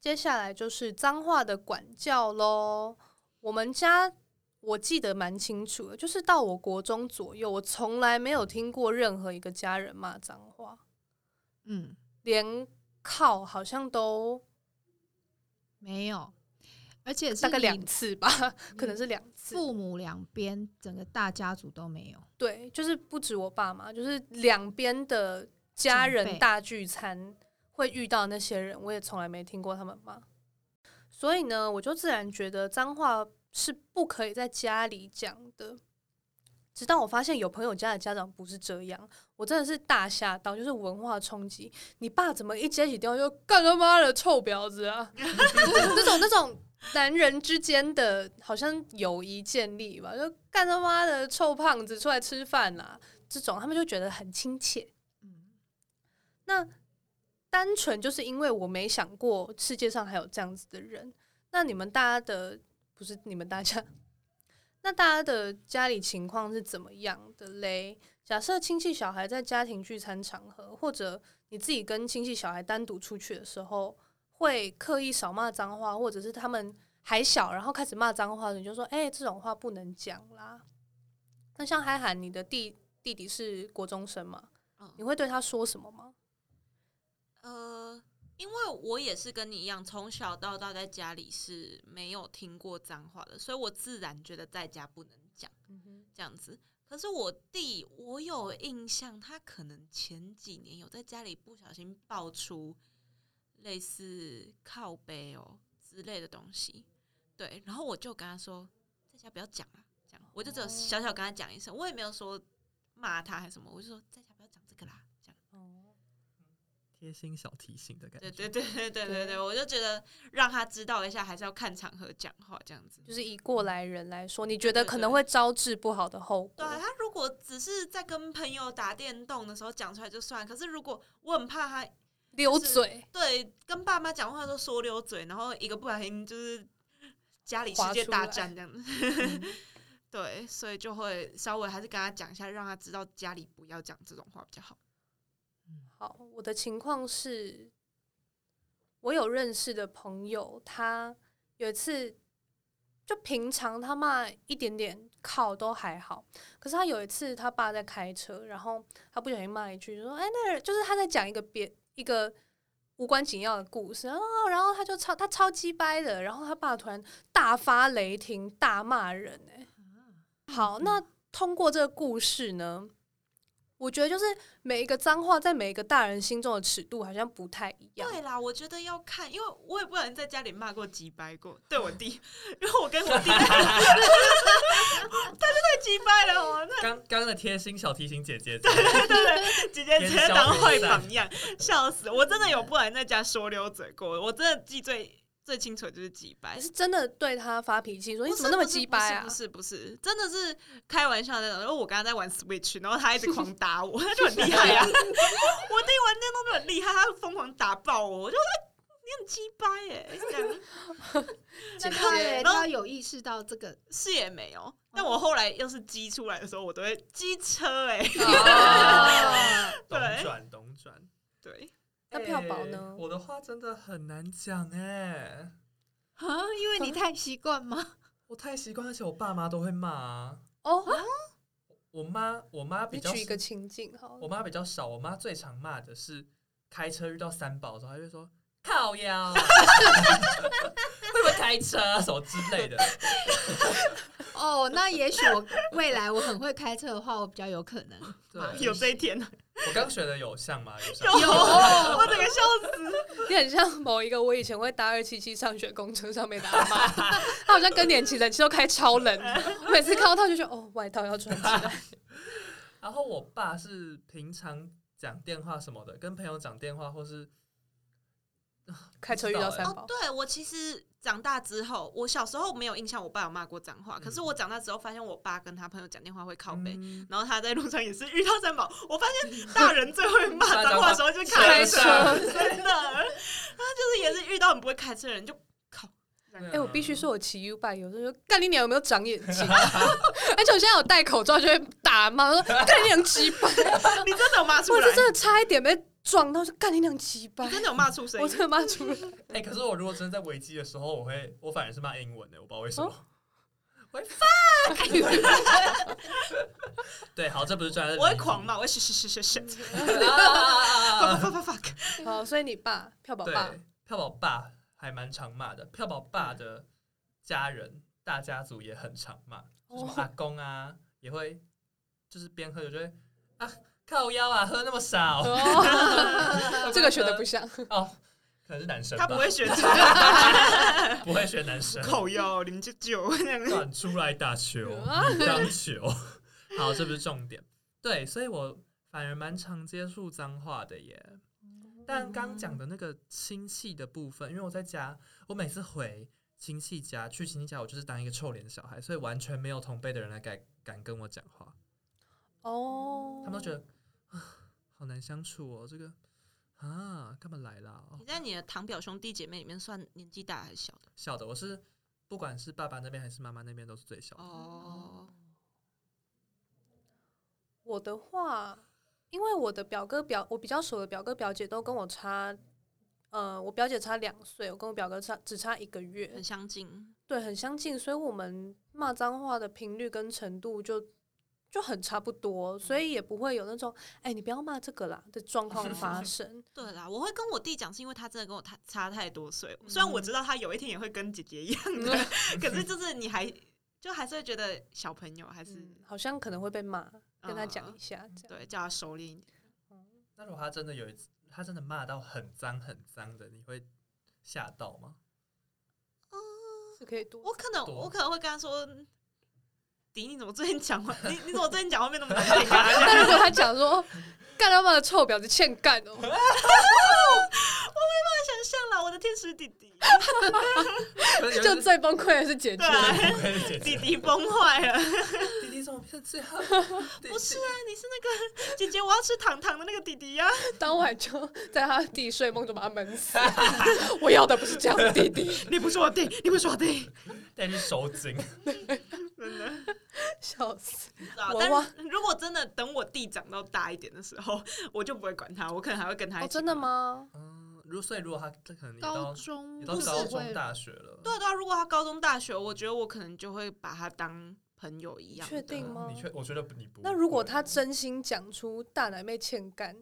Speaker 1: 接下来就是脏话的管教喽。我们家我记得蛮清楚的，就是到我国中左右，我从来没有听过任何一个家人骂脏话，
Speaker 2: 嗯，
Speaker 1: 连靠好像都
Speaker 2: 没有，而且是
Speaker 1: 大概
Speaker 2: 你
Speaker 1: 两次吧，
Speaker 2: 嗯
Speaker 1: 可能是两次。
Speaker 2: 父母两边整个大家族都没有。
Speaker 1: 对，就是不止我爸妈，就是两边的家
Speaker 2: 长辈
Speaker 1: 人大聚餐会遇到那些人，我也从来没听过他们骂。所以呢，我就自然觉得脏话是不可以在家里讲的。直到我发现有朋友家的家长不是这样，我真的是大吓到，就是文化冲击。你爸怎么一接起电话就干他妈的臭婊子啊？ 那种那种 男人之间的好像友谊建立吧，就干他妈的臭胖子出来吃饭啦、这种他们就觉得很亲切。
Speaker 2: 嗯，
Speaker 1: 那单纯就是因为我没想过世界上还有这样子的人。那你们大家的不是你们大家， 那大家的家里情况是怎么样的嘞？假设亲戚小孩在家庭聚餐场合，或者你自己跟亲戚小孩单独出去的时候，会刻意少骂脏话，或者是他们还小，然后开始骂脏话，你就说：“哎、这种话不能讲啦。”那像海涵，你的弟弟弟是国中生嘛？你会对他说什么吗？
Speaker 4: 呃，因为我也是跟你一样，从小到大在家里是没有听过脏话的，所以我自然觉得在家不能讲这样子。可是我弟，我有印象，他可能前几年有在家里不小心爆出类似靠背哦之类的东西，对，然后我就跟他说，在家不要讲啊，这样，我就只
Speaker 1: 哦
Speaker 4: 有小小跟他讲一声，我也没有说骂他还是什么，我就说在家不要讲这个啦，这样。
Speaker 3: 贴心小提醒的感
Speaker 4: 对
Speaker 3: 觉，
Speaker 4: 对对对对对
Speaker 1: 对
Speaker 4: 对，我就觉得让他知道一下，还是要看场合讲话这样子。
Speaker 1: 就是以过来人来说，你觉得可能会招致不好的后果？
Speaker 4: 对啊，他如果只是在跟朋友打电动的时候讲出来就算，可是如果我很怕他
Speaker 1: 溜嘴，
Speaker 4: 对跟爸妈讲话都说溜嘴，然后一个不小心就是家里世
Speaker 1: 滑
Speaker 4: 界
Speaker 1: 出
Speaker 4: 大
Speaker 1: 来
Speaker 4: 战这样子。 对，所以就会稍微还是跟他讲一下，让他知道家里不要讲这种话比较好。
Speaker 1: 好，我的情况是，我有认识的朋友，他有一次就平常他骂一点点靠都还好，可是他有一次他爸在开车，然后他不小心骂一句，就说：“哎，那人就是他在讲一个别一个。”无关紧要的故事，然后然后他就超他超鸡掰的，然后他爸突然大发雷霆，大骂人、欸，好，那通过这个故事呢，我觉得就是每一个脏话在每一个大人心中的尺度好像不太一样。
Speaker 4: 对啦，我觉得要看，因为我也不小心在家里骂过、鸡掰过，对我 弟，因为我跟 我弟在，他就太鸡掰了哦，那
Speaker 3: 刚刚的贴心小提醒姐姐，姐
Speaker 4: 对对对，姐姐直接当坏榜样， 笑死！我真的有不小心在家说溜嘴过，我真的记最最清楚的就是鸡掰
Speaker 1: 还。是真的对他发脾气，说你
Speaker 4: 不
Speaker 1: 怎
Speaker 4: 是
Speaker 1: 么那么
Speaker 4: 不是
Speaker 1: 鸡掰啊
Speaker 4: 不？是不是不是，真的是开玩笑那种。因为我刚刚在玩 Switch，然后他一直狂打 我，他就很厉害啊！我弟玩电动就很厉害，他疯狂打爆我，我就说很鸡掰耶、这样
Speaker 2: 那他嘞，
Speaker 4: 然后
Speaker 2: 他有意识到这个，
Speaker 4: 是也没有。但我后来要是机出来的时候，我都会机车哎、
Speaker 3: 懂
Speaker 4: 对
Speaker 3: 转懂转。
Speaker 4: 对，
Speaker 1: 那票宝呢
Speaker 3: 哎我的话真的很难讲哎、
Speaker 2: 啊，因为你太习惯吗？
Speaker 3: 我太习惯，而且我爸妈都会骂、啊。
Speaker 1: 哦，
Speaker 3: 我妈，我妈比
Speaker 1: 你
Speaker 3: 较
Speaker 1: 举一个情境好了，
Speaker 3: 我妈比较少，我妈最常骂的是开车遇到三宝的时候，她就会说靠腰，啊 会不会开车啊什么之类的。
Speaker 2: 哦，那也许我未来我很会开车的话，我比较有可能。
Speaker 3: 对，
Speaker 4: 有这一天呢，
Speaker 3: 我刚学的有像吗？有像
Speaker 4: 有，我整个笑死。
Speaker 1: 你很像某一个我以前会搭二七七上学公车上面的阿妈，她好像更年期人，其实都开超冷的，我每次看到她就觉得哦，外套要穿起来。
Speaker 3: 然后我爸是平常讲电话什么的，跟朋友讲电话或是
Speaker 1: 开车遇到三
Speaker 4: 哦
Speaker 1: 宝，，
Speaker 4: 对我其实长大之后，我小时候没有印象我爸有骂过脏话，可是
Speaker 3: 嗯
Speaker 4: 我长大之后发现我爸跟他朋友讲电话会靠背。
Speaker 3: 嗯
Speaker 4: 然后他在路上也是遇 到三宝，我发现大人最会骂脏话的时候就 是
Speaker 1: 开
Speaker 4: 开
Speaker 1: 车
Speaker 4: 车，真的，他就是也是遇到很不会开车 的人就靠，
Speaker 3: 啊
Speaker 1: 哎、我必须说，我骑 U bike 有时候说干你娘有没有长眼睛？ 而且我现在有戴口罩，就会打骂说干你娘鸡 巴！
Speaker 4: 你真的有骂出
Speaker 1: 我
Speaker 4: 来
Speaker 1: 是，真的差一点被撞到，说干你娘鸡巴
Speaker 4: 你！真的有骂出声
Speaker 1: 我
Speaker 4: 音
Speaker 1: 真，的骂出来，
Speaker 3: 哎、可是我如果真的在危机的时候，我会我反而是骂英文的，我不知道为什
Speaker 1: 哦
Speaker 3: 么。我会对，好，这不是专业，
Speaker 4: 我会狂骂，我会嘘嘘嘘嘘嘘，
Speaker 3: 啊。
Speaker 4: fuck fuck fuck，
Speaker 1: 好，所以你爸票宝
Speaker 3: 对
Speaker 1: 爸，
Speaker 3: 票宝爸还蛮常骂的，票宝爸的家人大家族也很常骂，就什么
Speaker 1: 哦
Speaker 3: 阿公啊，也会就是边喝酒就会啊靠腰啊，喝那 么少，
Speaker 1: 哦这个学的不像，
Speaker 3: 哦，可能是男生吧，
Speaker 4: 他不会选择
Speaker 3: 不会选 男生，
Speaker 4: 口哟，零九九那样。
Speaker 3: 敢出来打球当球， 好，这不是重点，对，所以我反而蛮常接触脏话的耶。但刚讲的那个亲戚的部分，因为我在家，我每次回亲戚家去亲戚家，我就是当一个臭脸小孩，所以完全没有同辈的人来敢敢跟我讲话，
Speaker 1: 哦
Speaker 3: 他们都觉得啊好难相处哦，这个啊干嘛来啦？哦
Speaker 4: 你在你的堂表兄弟姐妹里面算年纪大还是小的？
Speaker 3: 小的我是不管是爸爸那边还是妈妈那边都是最小的，
Speaker 4: 哦，
Speaker 1: 我的话，因为我的表哥表我比较熟的表哥表姐都跟我差，呃，我表姐差两岁，我跟我表哥差只差一个月，
Speaker 4: 很相近。
Speaker 1: 对，很相近，所以我们骂脏话的频率跟程度就就很差不多，所以也不会有那种“哎、你不要骂这个啦”的状况发 生。
Speaker 4: 对啦，我会跟我弟讲，是因为他真的跟我太差太多岁。虽然我知道他有一天也会跟姐姐一样 的，可是就是你还就还是会觉得小朋友还是、
Speaker 1: 嗯，好像可能会被骂，跟他讲一下这样。
Speaker 4: 对叫他收敛一点。
Speaker 3: 那如果他真的有一次，他真的骂到很脏很脏的，你会吓到吗？嗯
Speaker 1: 是可以多
Speaker 4: 我可能
Speaker 3: 多
Speaker 4: 我可能会跟他说。迪，你怎么最近讲 话？你你怎么最近讲话变那么难 听啊？ 这样
Speaker 1: 那如果他讲说“干他妈的臭婊子，欠干哦
Speaker 4: 想象了，我的天使弟弟，”，
Speaker 1: 就最崩溃的是姐姐
Speaker 4: 对。啊，
Speaker 3: 对
Speaker 4: 弟 弟崩坏了。
Speaker 3: 弟弟怎么变这样？
Speaker 4: 不是啊，你是那个姐姐，我要吃糖糖的那个弟啊弟呀、
Speaker 1: 当晚就在他弟睡梦中把他闷 死。我要的不是这样的弟弟。
Speaker 4: 你不是我弟，你不
Speaker 2: 哦
Speaker 4: 是我弟，
Speaker 3: 带去收紧。
Speaker 4: 真的。
Speaker 1: 笑死！我
Speaker 4: 啊但
Speaker 1: 哇
Speaker 4: 是如果真的等我弟长到大一点的时候，我就不会管他，我可能还会跟他一
Speaker 1: 哦，
Speaker 4: 起。
Speaker 1: 真的？吗？
Speaker 3: 嗯，如所以如果他这可能也
Speaker 2: 高
Speaker 3: 到
Speaker 2: 中
Speaker 3: 也到
Speaker 2: 不是
Speaker 3: 高
Speaker 2: 会
Speaker 3: 中大学了，
Speaker 4: 对啊对啊，如果他高中、大学，我觉得我可能就会把他当朋友一样的。
Speaker 1: 确定
Speaker 3: 嗯
Speaker 1: 吗
Speaker 3: 你确我觉得你不会。
Speaker 1: 那如果他真心讲出“大奶妹欠干”，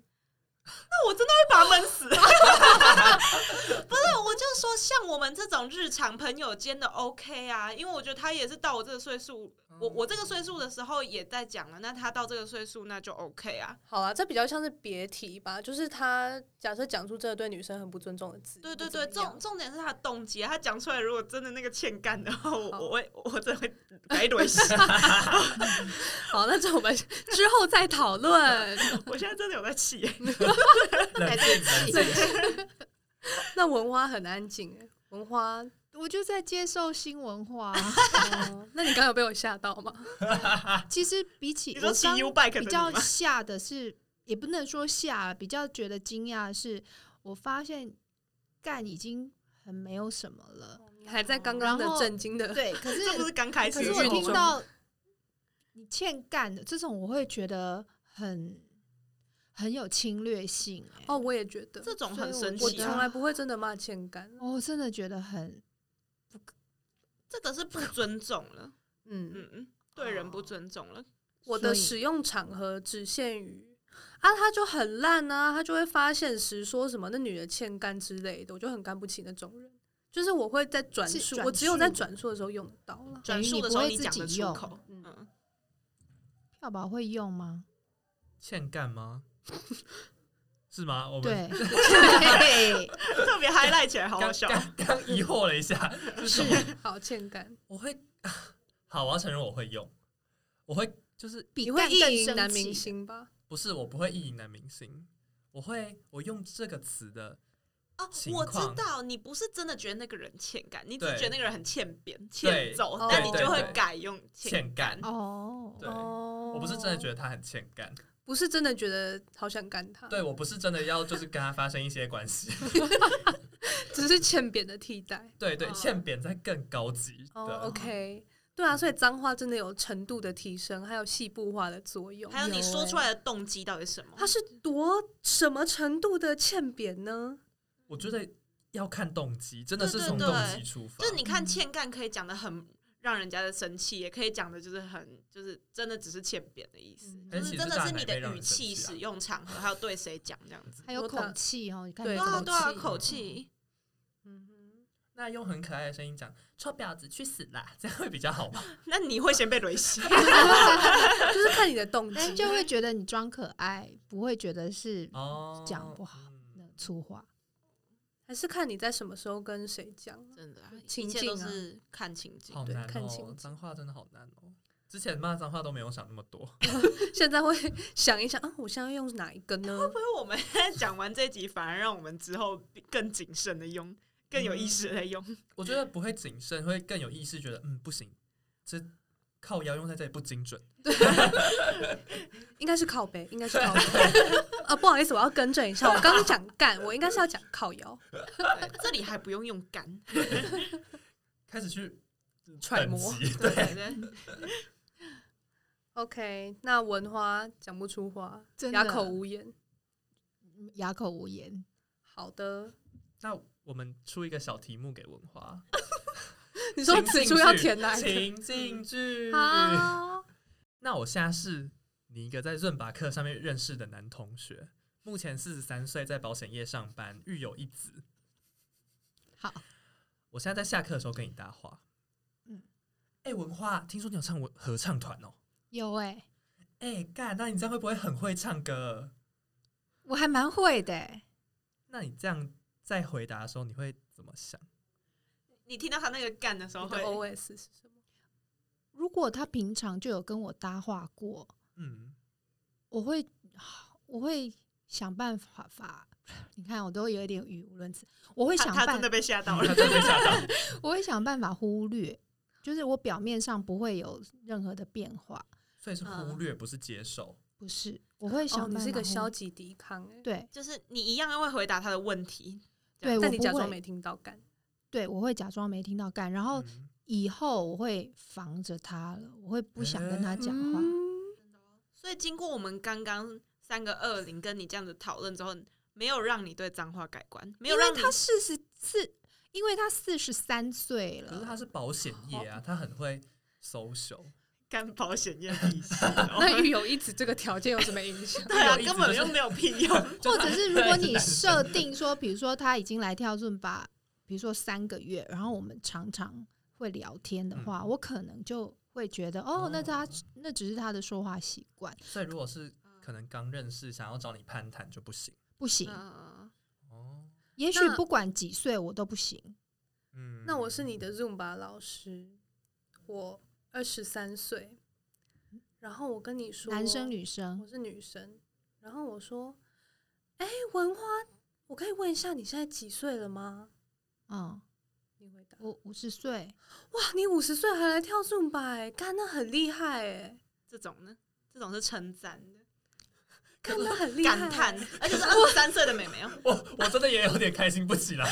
Speaker 4: 那我真 的会把他闷 死。不是，我就说像我们这种日常朋友间的 OK 啊，因为我觉得他也是到我这个岁数，
Speaker 2: 嗯
Speaker 4: 我我这个岁数的时候也在讲了，那他到这个岁数那就 OK 啊。
Speaker 1: 好啊，这比较像是别提吧，就是他假设讲出这个对女生很不尊重的字，
Speaker 4: 对
Speaker 1: 你
Speaker 4: 对
Speaker 1: 会怎
Speaker 4: 对，
Speaker 1: 么
Speaker 4: 重
Speaker 1: 样
Speaker 4: 重点是他的动机啊，他讲出来如果真的那个欠干的话，我
Speaker 1: 好
Speaker 4: 我会我真的会白怼 死。
Speaker 1: 好，那这我们之后再讨论。
Speaker 4: 我现在真的有在气耶，
Speaker 3: 冷静冷静，
Speaker 1: 那文花很安静哎，文花，
Speaker 2: 我就在接受新文 化。
Speaker 1: 哦那你刚有被我吓到吗？
Speaker 2: 其实比起
Speaker 4: 你说
Speaker 2: 我
Speaker 4: 骑
Speaker 2: 刚
Speaker 4: U bike 的你
Speaker 2: 比较
Speaker 4: 吗？
Speaker 2: 吓啊的是，也不能说吓，比较觉得惊讶的是，我发现干已经很没有什么了。
Speaker 1: 哦你还在刚刚的
Speaker 2: 然后
Speaker 1: 震惊的，
Speaker 2: 对，可是
Speaker 4: 这不是刚开
Speaker 2: 可
Speaker 4: 始
Speaker 2: 是
Speaker 4: 就
Speaker 2: 我
Speaker 1: 情绪
Speaker 2: 听
Speaker 1: 中
Speaker 2: 到你欠干的这种，我会觉得很很有侵略性、欸。
Speaker 1: 哦，我也觉得，
Speaker 4: 这种很
Speaker 2: 所以
Speaker 4: 生
Speaker 2: 我
Speaker 1: 我
Speaker 4: 气
Speaker 2: 觉
Speaker 4: 啊，
Speaker 1: 从来不会真的骂欠干，
Speaker 2: 我哦真的觉得很
Speaker 4: 这个是不尊重了，
Speaker 1: 嗯，
Speaker 4: 嗯嗯，对人
Speaker 2: 哦
Speaker 4: 不尊重了，
Speaker 1: 我的
Speaker 2: 所以
Speaker 1: 使用场合只限于。啊，他就很烂啊，他就会发现时说什么那女的欠干之类的，我就很干不起那种人。就是我会在转
Speaker 2: 是
Speaker 1: 述，
Speaker 2: 转
Speaker 1: 我只有在
Speaker 2: 述
Speaker 1: 转述的时候用得到了。
Speaker 2: 等于
Speaker 4: 转述
Speaker 2: 你
Speaker 4: 的
Speaker 2: 不
Speaker 4: 时候
Speaker 2: 会
Speaker 4: 你
Speaker 2: 自
Speaker 4: 讲得
Speaker 2: 己
Speaker 4: 出
Speaker 2: 用
Speaker 4: 口，
Speaker 1: 嗯
Speaker 4: 嗯，
Speaker 2: 票宝会用吗？
Speaker 3: 欠干吗？ 是吗？我们
Speaker 2: 对，对
Speaker 4: 特别 highlight 起来，好好
Speaker 3: 刚
Speaker 4: 笑。
Speaker 3: 刚 刚疑惑了一下，是什么？
Speaker 1: 好，欠干，
Speaker 3: 我会 好，我要承认我会用，我会就是
Speaker 1: 你
Speaker 2: 比
Speaker 1: 会
Speaker 2: 干
Speaker 1: 意
Speaker 2: 更
Speaker 1: 淫
Speaker 2: 生
Speaker 1: 男
Speaker 2: 气
Speaker 1: 明星吧？
Speaker 3: 不是我不会意淫男明星，我会我用这个词的
Speaker 4: 哦
Speaker 3: 情，
Speaker 4: 我知
Speaker 3: 况
Speaker 4: 道你不是真的觉得那个人欠感，你只
Speaker 3: 对
Speaker 4: 觉得那个人很欠扁、
Speaker 3: 对
Speaker 4: 欠揍
Speaker 1: 哦，
Speaker 4: 但你
Speaker 1: 对
Speaker 4: 就会
Speaker 3: 对
Speaker 4: 改用
Speaker 3: 欠干。
Speaker 2: 哦，
Speaker 3: 对
Speaker 1: 哦
Speaker 3: 我不是真的觉得他很欠干，
Speaker 1: 不是真的觉得好想干他，
Speaker 3: 对我不是真的要就是跟他发生一些关系，
Speaker 1: 只是欠扁的替代。
Speaker 3: 对对，
Speaker 4: 哦
Speaker 3: 欠扁在更高级的。
Speaker 1: 哦，OK，对啊，所以脏话真的有程度的提升，还有细部化的作用。
Speaker 4: 还有你说出来的动机到底是什么？
Speaker 1: 它是多什么程度的欠扁呢？
Speaker 3: 我觉得要看动机，真的是
Speaker 4: 对对
Speaker 3: 从
Speaker 4: 对
Speaker 3: 动机出发。
Speaker 4: 就是你看
Speaker 2: 嗯
Speaker 4: 欠干可以讲的很让人家的生气，也可以讲的就是很就是真的只是欠扁的意思，
Speaker 1: 嗯
Speaker 4: 就
Speaker 3: 但
Speaker 4: 是
Speaker 3: 其实
Speaker 4: 真的
Speaker 3: 大
Speaker 4: 是
Speaker 3: 奶
Speaker 4: 你
Speaker 3: 妹
Speaker 4: 的
Speaker 3: 让
Speaker 4: 语
Speaker 3: 人生
Speaker 4: 气、
Speaker 3: 气啊
Speaker 4: 使用场合，还有对谁讲这 样子。
Speaker 2: 还有
Speaker 1: 我
Speaker 2: 口
Speaker 1: 打
Speaker 2: 气哦，你看
Speaker 1: 对
Speaker 2: 你
Speaker 4: 对
Speaker 2: 怎
Speaker 4: 啊，
Speaker 2: 么
Speaker 4: 对啊，
Speaker 2: 气
Speaker 4: 口气
Speaker 1: 嗯哼，
Speaker 3: 那用很可爱的声音讲“臭婊子去死啦”，这样会比较好吧？
Speaker 4: 那你会先被雷袭，
Speaker 1: 就是看你的动
Speaker 2: 但
Speaker 4: 哎
Speaker 1: 机，
Speaker 2: 就会觉得你装可爱，不会觉得是
Speaker 3: 哦，
Speaker 2: 讲不好那
Speaker 3: 嗯
Speaker 2: 个粗话。
Speaker 1: 还是看你在什么时候跟谁讲。
Speaker 4: 真的啊，一
Speaker 1: 情
Speaker 4: 切都
Speaker 1: 境啊
Speaker 4: 是看情境。
Speaker 3: 好
Speaker 1: 对
Speaker 3: 难
Speaker 1: 看情
Speaker 3: 哦
Speaker 1: 景，
Speaker 3: 脏话真的好难哦。之前骂脏话都没有想那么多，
Speaker 1: 现在会 想一想啊，我现在用哪一个呢？
Speaker 4: 所以我们 讲完这集，反而让我们之后更谨慎的用，更有意识的用。
Speaker 3: 我觉得不会谨慎，会更有意识，觉得嗯不行，这靠腰用在这里不精准。
Speaker 1: 应该是靠背，应该是靠背。 啊，不好意思，我要更正一下，我刚刚讲干，我应该是要讲靠腰。
Speaker 4: 对这里还不用用 干，
Speaker 3: 开始去
Speaker 1: 揣摩
Speaker 3: 等级
Speaker 4: 对
Speaker 3: 对，
Speaker 4: 对对
Speaker 1: OK，那文花讲不出话，
Speaker 2: 真的
Speaker 1: 哑
Speaker 4: 啊
Speaker 1: 口无言。
Speaker 2: 嗯哑口无言，
Speaker 1: 好的，
Speaker 3: 那我们出一个小题目给文华，
Speaker 1: 你
Speaker 3: 你
Speaker 1: 说此处要填哪一个？
Speaker 3: 情 境剧。
Speaker 1: 好，
Speaker 3: 那我现在是你一个在润拔课上面认识的男同学，目前四十三岁，在保险业上班，育有一子。
Speaker 2: 好，
Speaker 3: 我现在在下课的时候跟你搭话。嗯
Speaker 2: 嗯，
Speaker 3: 哎、文化，听说你有唱文合唱团哦。
Speaker 2: 有哎、
Speaker 3: 哎、干，那你这样会不会很会唱歌？
Speaker 2: 我还蛮会的欸、
Speaker 3: 那你这样在回答的时候，你会怎么想？
Speaker 4: 你听到他那个干的时候
Speaker 1: 你的
Speaker 4: 会，
Speaker 1: OS 是什么？
Speaker 2: 如果他平常就有跟我搭话过，
Speaker 3: 嗯，
Speaker 2: 我会我会想办法法。你看，我都有一点语无伦次。我会
Speaker 4: 他
Speaker 2: 想
Speaker 4: 他
Speaker 2: 办
Speaker 4: 真，的被吓到
Speaker 3: 他
Speaker 4: 了。
Speaker 3: 真的吓到。
Speaker 2: 我会想办法忽略，就是我表面上不会有任何的变化，
Speaker 3: 所以是忽略，不是接受。
Speaker 2: 不是，我会想
Speaker 1: 哦，
Speaker 2: 办法忽
Speaker 1: 你
Speaker 2: 略、
Speaker 1: 是一个消极抵抗哎、
Speaker 2: 对
Speaker 4: 就是你一样会回答他的问题，
Speaker 2: 对，我
Speaker 1: 但你
Speaker 2: 不
Speaker 1: 假装
Speaker 2: 会
Speaker 1: 没听到干。
Speaker 2: 对，我会假装没听到干，然后
Speaker 3: 嗯
Speaker 2: 以后我会防着他了，我会不想跟他讲话。
Speaker 1: 嗯
Speaker 4: 所以经过我们刚刚三个二零跟你这样子讨论之后，没有让你对脏话改观，没有
Speaker 2: 因为
Speaker 4: 让你
Speaker 2: 他四十四，因为他四十三岁
Speaker 3: 可是他
Speaker 2: 了，
Speaker 3: 是保险业啊，他很会 social。
Speaker 4: 干保险业必 须
Speaker 1: 那育有一子这个条件有什么影响？
Speaker 4: 对啊，
Speaker 3: 有一直
Speaker 4: 根本
Speaker 3: 就是
Speaker 4: 就没有屁用。
Speaker 2: 或者是如果你
Speaker 3: 设
Speaker 2: 设定说，比如说他已经来跳润吧，比如说三个月，然后我们常常会聊天的话，
Speaker 1: 嗯
Speaker 2: 我可能就会觉得哦，那他
Speaker 3: 哦
Speaker 2: 那只是他的说话习惯，
Speaker 3: 所以如果是可能刚认识，想要找你攀谈就不行。
Speaker 2: 不行。
Speaker 4: 嗯
Speaker 3: 哦，
Speaker 2: 也许
Speaker 1: 那
Speaker 2: 不管几岁，我都不行。
Speaker 3: 嗯
Speaker 1: 那我是你的 Zoom 吧老师，我二十三岁，然后我跟你说，
Speaker 2: 男生女生
Speaker 1: 我是女生，然后我说，哎、文花，我可以问一下你现在几岁了吗？
Speaker 2: 嗯，
Speaker 1: 你回答，
Speaker 2: 我五十岁，
Speaker 1: 哇，你五十岁还来跳欸顺吧、哎，干那很厉害哎、
Speaker 4: 这种呢，这种是称赞的，
Speaker 1: 看他很厉害，
Speaker 4: 感叹， 而且是二十三岁的妹妹哦，
Speaker 3: 我我真的也有点开心不起来。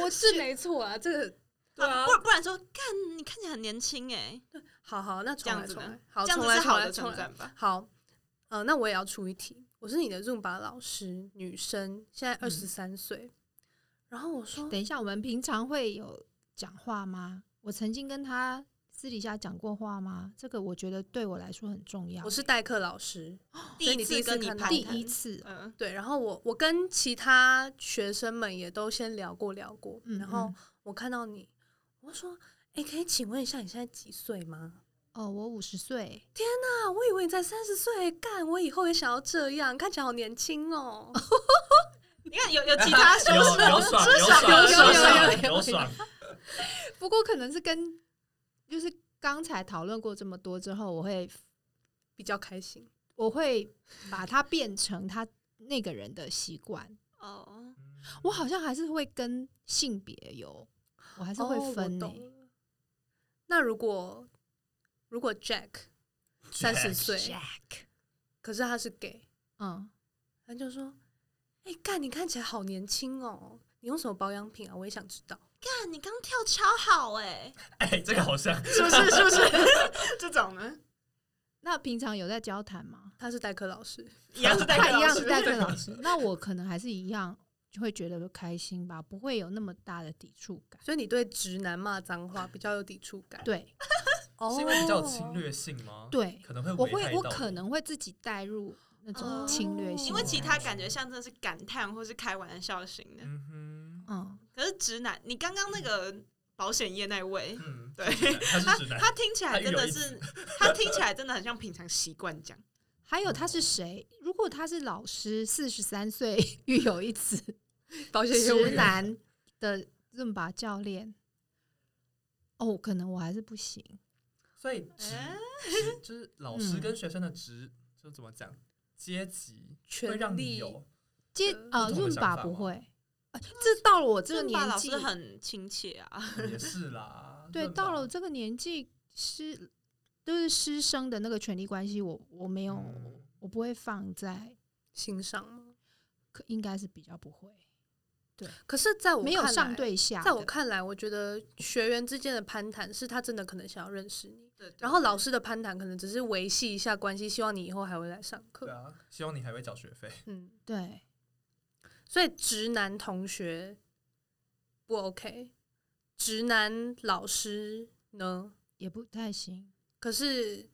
Speaker 1: 我是没错啊，这个
Speaker 3: 对啊
Speaker 4: 不，然不然说，看你看起来很年轻哎，
Speaker 1: 好好，那
Speaker 4: 这
Speaker 1: 重来
Speaker 4: 样子
Speaker 1: 重来
Speaker 4: 呢，，
Speaker 1: 好
Speaker 4: 这样
Speaker 1: 重
Speaker 4: 子
Speaker 1: 来
Speaker 4: 是
Speaker 1: 重
Speaker 4: 好
Speaker 1: 来
Speaker 4: 的
Speaker 1: 重
Speaker 4: 称
Speaker 1: 来
Speaker 4: 赞，吧？
Speaker 1: 好，呃，那我也要出一题，我是你的 Zumba 老师，女生，现在二十三岁，然后我说
Speaker 2: 等一下，我们平常会有讲话吗？我曾经跟他私底下讲过话吗？这个我觉得对我来说很重要。
Speaker 1: 我是代课老师，
Speaker 4: 第
Speaker 1: 所以
Speaker 4: 一
Speaker 1: 你第
Speaker 4: 次
Speaker 1: 一次
Speaker 4: 跟你
Speaker 1: 看
Speaker 4: 攀
Speaker 1: 到
Speaker 4: 谈，
Speaker 2: 第一次哦，
Speaker 4: 嗯，
Speaker 1: 对，然后我我跟其他学生们也都先聊过聊过，
Speaker 2: 嗯
Speaker 1: 然后
Speaker 2: 嗯
Speaker 1: 我看到你，我说，哎、可以请问一下你现在几岁吗？
Speaker 2: 哦，我五十岁，
Speaker 1: 啊，我以为你才三十岁，干，我以后也想要这样，看起来好年轻哦。
Speaker 4: 你看有有其他修
Speaker 3: 有
Speaker 4: 饰
Speaker 3: 有爽有
Speaker 1: 爽
Speaker 3: 爽有
Speaker 1: 有有
Speaker 3: 爽
Speaker 1: 有
Speaker 3: 有爽，
Speaker 2: 不过可能是跟就是刚才讨论过这么多之后，我会
Speaker 1: 比较开心，
Speaker 2: 我会把它变成他那个人的习惯。
Speaker 4: 哦，
Speaker 2: 我好像还是会跟性别有，我还是会
Speaker 1: 哦我
Speaker 2: 分、欸
Speaker 1: 懂了那如果如果 Jack 三十岁，
Speaker 2: Jack，
Speaker 1: 可是他是 gay，
Speaker 2: 嗯，
Speaker 1: 他就说：“哎、干，你看起来好年轻哦，你用什么保养品啊？我也想知道。
Speaker 4: 看你刚跳超好哎，
Speaker 3: 哎，这个好像
Speaker 4: 是不是是不 是这种呢？
Speaker 2: 那平常有在交谈吗？”
Speaker 1: 他是代课老师，
Speaker 4: 一样是代
Speaker 2: 他
Speaker 4: 课
Speaker 2: 一
Speaker 4: 老
Speaker 2: 样
Speaker 4: 师
Speaker 2: 是代课老师，那我可能还是一样就会觉得开心吧，不会有那么大的抵触感。
Speaker 1: 所以你对直男骂脏话比较有抵触感。，
Speaker 2: 对
Speaker 1: 哦
Speaker 3: 是因为比较有侵略性吗？，
Speaker 2: 对，
Speaker 3: 可能会
Speaker 2: 我
Speaker 3: 危害
Speaker 2: 会我
Speaker 3: 到
Speaker 2: 可
Speaker 3: 你
Speaker 2: 能会自己带入那
Speaker 4: 哦
Speaker 2: 种侵略性，
Speaker 4: 因为其他感觉像真的是感叹或是开玩笑型的，
Speaker 3: 嗯
Speaker 2: 嗯，
Speaker 4: 可是直男，你刚刚那个保险业那位
Speaker 3: 哼，，嗯，
Speaker 4: 对
Speaker 3: 他
Speaker 4: 他
Speaker 3: 是 直男，
Speaker 4: 他听起来真的
Speaker 3: 他
Speaker 4: 是，他听起来真的很像平常习惯讲，
Speaker 2: 还有他是谁？如果他是老师，四十三岁育有 一子，
Speaker 1: 保险业务
Speaker 2: 直
Speaker 1: 员
Speaker 2: 男的润拔教练，哦，可能我还是不行。
Speaker 3: 所以直
Speaker 4: 哎
Speaker 3: 直就是老师
Speaker 2: 嗯
Speaker 3: 跟学生的直，就怎么讲阶级会
Speaker 1: 权
Speaker 3: 让你
Speaker 1: 力
Speaker 3: 有
Speaker 2: 接
Speaker 1: 呃
Speaker 2: 呃
Speaker 3: 不同的
Speaker 2: 润
Speaker 3: 想
Speaker 2: 拔
Speaker 3: 法
Speaker 2: 不
Speaker 3: 吗
Speaker 2: 会，呃这到了我这个
Speaker 4: 爸
Speaker 2: 年
Speaker 4: 老
Speaker 2: 纪
Speaker 4: 师，很亲切啊，
Speaker 3: 嗯也是啦。
Speaker 2: 对，
Speaker 3: 论
Speaker 2: 到了
Speaker 3: 吧
Speaker 2: 我这个年纪师就是师生的那个权利关系，我我没有，
Speaker 3: 嗯
Speaker 2: 我不会放在，
Speaker 1: 欣赏吗？
Speaker 2: 可应该是比较不会，
Speaker 1: 可是，在我
Speaker 2: 没有
Speaker 1: 看
Speaker 2: 上
Speaker 1: 来
Speaker 2: 对下的。
Speaker 1: 在我看来，我觉得学员之间的攀谈是他真的可能想要认识你，
Speaker 4: 对，对
Speaker 1: 然后老师的攀谈可能只是维系一下关系，希望你以后还会来上
Speaker 3: 对
Speaker 1: 课。
Speaker 3: 啊，希望你还会缴学费。
Speaker 1: 嗯，
Speaker 2: 对，
Speaker 1: 所以直男同学不 OK，直男老师呢？
Speaker 2: 也不太行。
Speaker 1: 可是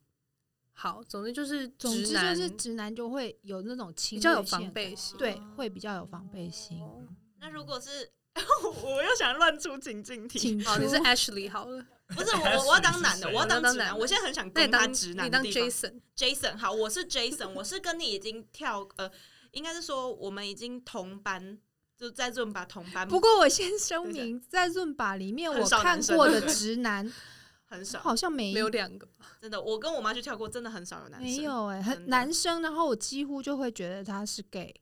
Speaker 1: 好，总之就是
Speaker 2: 总之
Speaker 1: 直
Speaker 2: 就
Speaker 1: 男
Speaker 2: 是直男就会有那种侵
Speaker 1: 比
Speaker 2: 略
Speaker 1: 较有
Speaker 2: 性
Speaker 1: 防
Speaker 2: 的
Speaker 1: 备
Speaker 2: 感
Speaker 1: 心。
Speaker 2: 对，会比较有防备心。
Speaker 1: 哦
Speaker 4: 那如果是我又想乱出情境题，
Speaker 2: 请
Speaker 1: 好，你
Speaker 2: 出
Speaker 1: 是 Ashley 好了，
Speaker 4: 不是我我我要当男的，
Speaker 3: 你是谁
Speaker 4: 我要
Speaker 1: 你要
Speaker 4: 当直
Speaker 1: 当男
Speaker 4: 男，
Speaker 1: 的
Speaker 4: 我现在很想
Speaker 1: 那
Speaker 4: 跟
Speaker 1: 你当
Speaker 4: 他直男
Speaker 1: 你
Speaker 4: 的
Speaker 1: 当
Speaker 4: 地方
Speaker 1: Jason，
Speaker 4: Jason，好，我是 Jason，我是跟你已经跳呃，应该是说我们已经同班，就在润吧同班，
Speaker 2: 不过我先声
Speaker 4: 对对
Speaker 2: 明，在润把里面
Speaker 4: 很
Speaker 2: 我
Speaker 4: 少男
Speaker 2: 看
Speaker 4: 生
Speaker 2: 过
Speaker 4: 对
Speaker 2: 的
Speaker 4: 不对
Speaker 2: 直男，
Speaker 4: 很少，
Speaker 2: 好像没
Speaker 1: 没有两个吧，
Speaker 4: 真的，我跟我妈去跳过，真的很少有男生，
Speaker 2: 没有哎、
Speaker 4: 真
Speaker 2: 很
Speaker 4: 的
Speaker 2: 男生，然后我几乎就会觉得他是 gay。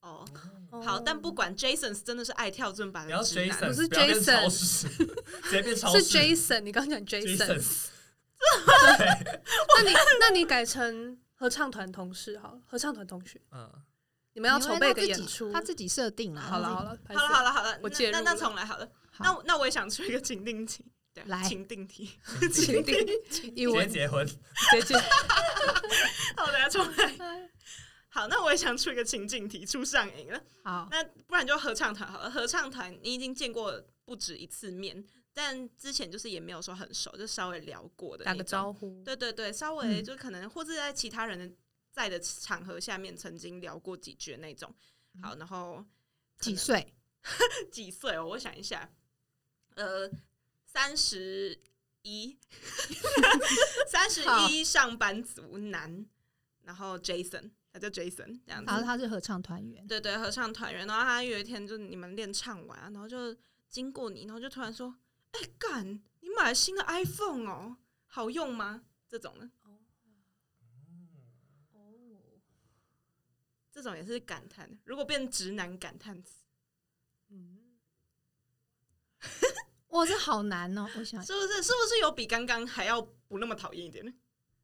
Speaker 4: 哦。
Speaker 1: 哦
Speaker 4: 好，但不管 Jason 是真的是爱跳尊版
Speaker 3: 不要
Speaker 4: 的呃直
Speaker 3: Jason，
Speaker 4: 男，
Speaker 1: 不是
Speaker 3: 不要变
Speaker 1: Jason
Speaker 3: 超市，直接变超
Speaker 1: 是
Speaker 3: 市。
Speaker 1: Jason，你刚刚讲 Jason。
Speaker 3: Jason
Speaker 1: 那你那你改成合唱团同事好了，合唱团同学，
Speaker 3: 嗯，
Speaker 1: 你们要
Speaker 2: 因
Speaker 1: 筹
Speaker 2: 为
Speaker 1: 备一
Speaker 2: 他
Speaker 1: 个
Speaker 2: 自
Speaker 1: 演
Speaker 2: 己
Speaker 1: 出。
Speaker 2: 他自己设定啦。
Speaker 1: 好了
Speaker 2: 他自
Speaker 1: 好
Speaker 2: 己
Speaker 1: 了，
Speaker 4: 好了
Speaker 1: 了，
Speaker 4: 好了好了，
Speaker 1: 我介入
Speaker 4: 那那那重来好了，那
Speaker 2: 好
Speaker 4: 我那我也想出一个情定题，对，
Speaker 2: 来
Speaker 4: 情定题，
Speaker 1: 请定一
Speaker 3: 直接
Speaker 1: 文
Speaker 3: 结婚，
Speaker 1: 接近，
Speaker 4: 好，等一下重来。好，那我也想出一个情境题，出上瘾了。
Speaker 2: 好，
Speaker 4: 那不然就合唱团好了。合唱团你已经见过不止一次面，但之前就是也没有说很熟，就稍微聊过的，
Speaker 1: 打个招。呼。
Speaker 4: 对对对，稍微
Speaker 2: 嗯
Speaker 4: 就可能或是在其他人的在的场合下面曾经聊过几句的那种。
Speaker 1: 嗯
Speaker 4: 好，然后
Speaker 2: 几岁？
Speaker 4: 几岁哦？我想一下，呃，三十一，三十一上班族男，然后 Jason，他叫 Jason 这样
Speaker 2: 然后
Speaker 4: 子。
Speaker 2: 他是合唱团员，
Speaker 4: 对对，合唱团员。然后他有一天就你们练唱完啊、然后就经过你，然后就突然说：“哎、干，你买了新的 iPhone 哦，好用吗？”这种呢，
Speaker 1: 哦
Speaker 4: 这种也是感叹。如果变直男感叹词，
Speaker 1: 嗯，
Speaker 2: 哇，这好难哦！我想
Speaker 4: 是不是？是不是有比刚刚还要不那么讨厌一点呢？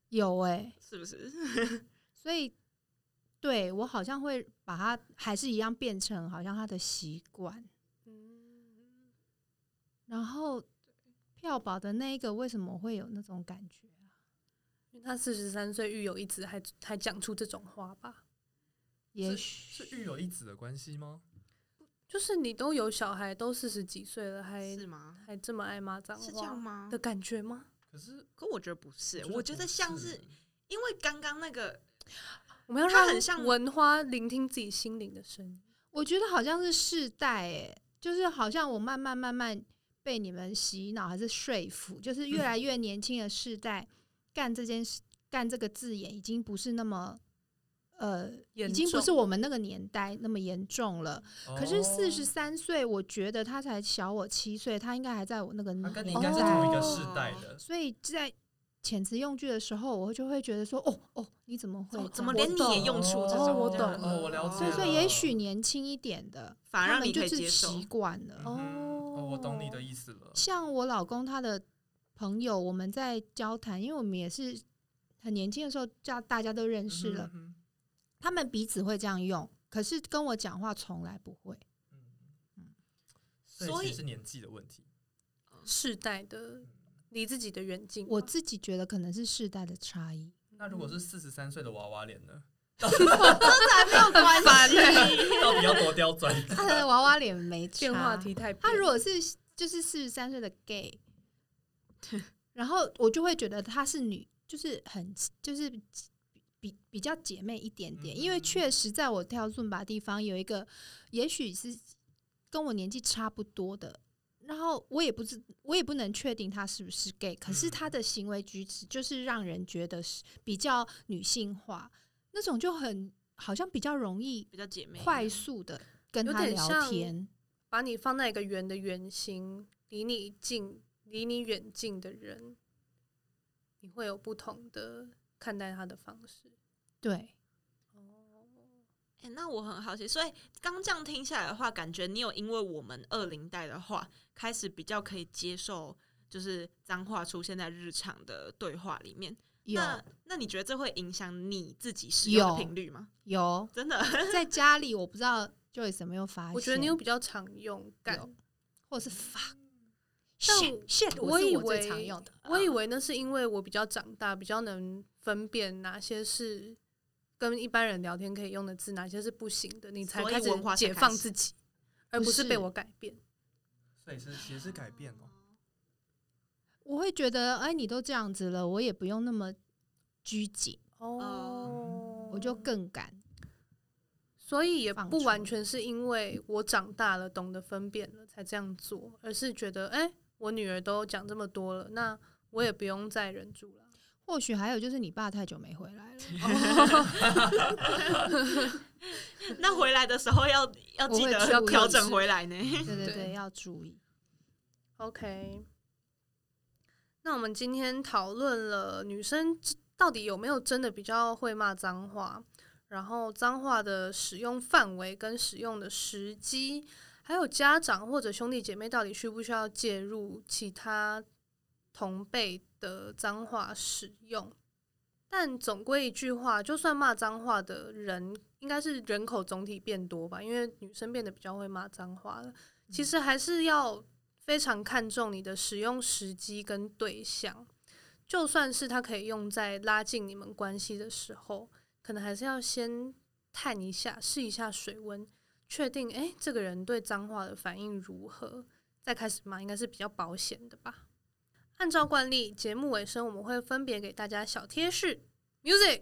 Speaker 2: 有哎，
Speaker 4: 是不是？
Speaker 2: 所以对我好像会把它还是一样变成好像他的习惯。
Speaker 1: 嗯，
Speaker 2: 然后票宝的那一个为什么会有那种感觉啊？
Speaker 1: 因为他四十三岁，狱友一直还还讲出这种话吧？
Speaker 2: 也
Speaker 3: 是
Speaker 2: 许
Speaker 3: 育有一子的关系吗？
Speaker 1: 就是你都有小孩，都四十几岁了，还
Speaker 4: 是吗？
Speaker 1: 还这么爱骂脏
Speaker 4: 是这样
Speaker 1: 话
Speaker 4: 吗
Speaker 1: 的？感觉吗？
Speaker 3: 可是
Speaker 4: 可我觉得不是，我觉得
Speaker 3: 不
Speaker 4: 像是因为刚刚那个
Speaker 1: 我们要
Speaker 4: 它
Speaker 1: 让
Speaker 4: 很像
Speaker 1: 文花聆听自己心灵的声音。
Speaker 2: 我觉得好像是世代、欸，就是好像我慢慢慢慢被你们洗脑还是说服，就是越
Speaker 3: 嗯
Speaker 2: 来越年轻的世代干这件事，干这个字眼已经不是那么。呃，已
Speaker 1: 严
Speaker 2: 经不
Speaker 1: 重
Speaker 2: 是我们那个年代那么严重了。可是四十
Speaker 3: 哦
Speaker 2: 三岁，我觉得他才小我七岁，他应该还在我那个
Speaker 3: 他啊
Speaker 2: 年代。
Speaker 3: 跟你应该是同一个
Speaker 1: 哦
Speaker 3: 世代的，
Speaker 2: 所以在遣词用句的时候，我就会觉得说，哦哦，你怎么会
Speaker 4: 怎
Speaker 2: 这
Speaker 4: 么
Speaker 2: 样？
Speaker 4: 怎么连你也用出这种
Speaker 1: 哦我
Speaker 4: 这
Speaker 1: 懂
Speaker 4: 样
Speaker 1: 了
Speaker 3: 哦，我了解
Speaker 2: 所以
Speaker 3: 了。
Speaker 2: 说，也
Speaker 3: 哦
Speaker 2: 许年轻一点的，
Speaker 4: 反而
Speaker 2: 他
Speaker 4: 让
Speaker 2: 们
Speaker 4: 你
Speaker 2: 就
Speaker 4: 可以
Speaker 2: 是
Speaker 4: 接受
Speaker 2: 习惯了。
Speaker 3: 嗯哼哦，我懂你
Speaker 1: 哦
Speaker 3: 的意思了。
Speaker 2: 像我老公他的朋友，我们在交谈，因为我们也是很年轻的时候，叫大家都认识了
Speaker 3: 嗯，哼，
Speaker 2: 他们彼此会这样用，可是跟我讲话从来不会。
Speaker 3: 嗯哼
Speaker 2: 嗯
Speaker 3: 所
Speaker 4: 所
Speaker 3: 以其
Speaker 4: 以
Speaker 3: 实是年纪的问题。
Speaker 1: 世代的离自己的远近吧。
Speaker 2: 我自己觉得可能是世代的差异。
Speaker 3: 那如果是四十三岁的娃娃脸 呢？
Speaker 4: 没有关系，
Speaker 3: 到底要多刁钻？
Speaker 2: 他的 娃娃脸没
Speaker 1: 变话
Speaker 2: 差
Speaker 1: 题太
Speaker 2: 他
Speaker 1: 扁
Speaker 2: 如果是就是四十三岁的 gay，然后我就会觉得她是女，就是很就是比比较姐妹一点点，因为
Speaker 3: 嗯
Speaker 2: 确实在我跳 z u m b 地方有一个，也许是跟我年纪差不多的。然后我也不知，我也不能确定她是不是 gay，可
Speaker 1: 嗯
Speaker 2: 是她的行为举止就是让人觉得是比较女性化，那种就很好像比较容易
Speaker 4: 比较姐妹
Speaker 2: 快速的跟
Speaker 1: 有
Speaker 2: 她
Speaker 1: 点
Speaker 2: 聊
Speaker 1: 像
Speaker 2: 天。
Speaker 1: 把你放在一个圆的圆心，离你近、离你远近的人，你会有不同的看待他的方式。
Speaker 2: 对，
Speaker 4: 哎、那我很好奇，所以刚这样听下来的话，感觉你有因为我们二零代的话，开始比较可以接受，就是脏话出现在日常的对话里面。
Speaker 2: 有
Speaker 4: 那那你觉得这会影响你自己使用的
Speaker 2: 有
Speaker 4: 频率吗？
Speaker 2: 有，
Speaker 4: 真的，
Speaker 2: 在家里我不知道 Joyce 有没有发现，
Speaker 1: 我觉得你有比较常用感，
Speaker 2: 有或者是 fuck
Speaker 1: 但
Speaker 2: shit shit，
Speaker 1: 我以
Speaker 2: 是
Speaker 1: 为
Speaker 2: 我最常用的，嗯
Speaker 1: 我以为那是因为我比较长大，比较能分辨哪些是跟一般人聊天可以用的字，哪些是不行的，你才
Speaker 4: 所以
Speaker 1: 开始
Speaker 4: 文化才
Speaker 1: 解
Speaker 4: 开
Speaker 1: 放
Speaker 4: 始
Speaker 1: 自己，而
Speaker 2: 不
Speaker 1: 不是被
Speaker 2: 是
Speaker 1: 我改变。
Speaker 3: 所以是其实是改变哦。
Speaker 2: 我会觉得哎，你都这样子了，我也不用那么拘谨，
Speaker 1: 哦
Speaker 2: 我就更敢。
Speaker 1: 所以也
Speaker 2: 放
Speaker 1: 不完
Speaker 2: 出
Speaker 1: 全是因为我长大了，懂得分辨了才这样做，而是觉得，哎、我女儿都讲这么多了，那我也不用再忍住了。
Speaker 2: 或许还有就是你爸太久没回来了，
Speaker 3: 哦
Speaker 4: 那回来的时候要要记
Speaker 2: 我会
Speaker 4: 得
Speaker 2: 注
Speaker 4: 要
Speaker 2: 意
Speaker 4: 调整回来呢。
Speaker 2: 对嗯对对，
Speaker 1: 对
Speaker 2: 要注意。
Speaker 1: OK，那我们今天讨论了女生之到底有没有真的比较会骂脏话，然后脏话的使用范围跟使用的时机，还有家长或者兄弟姐妹到底需不需要介入其他同辈的脏话使用。但总归一句话，就算骂脏话的人，应该是人口总体变多吧，因为女生变得比较会骂脏话了。其实还是要非常看重你的使用时机跟对象，就算是它可以用在拉近你们关系的时候，可能还是要先探一下，试一下水温，确定诶这个人对脏话的反应如何，再开始骂，应该是比较保险的吧。按照惯例，节目尾声我们会分别给大家小贴士，music。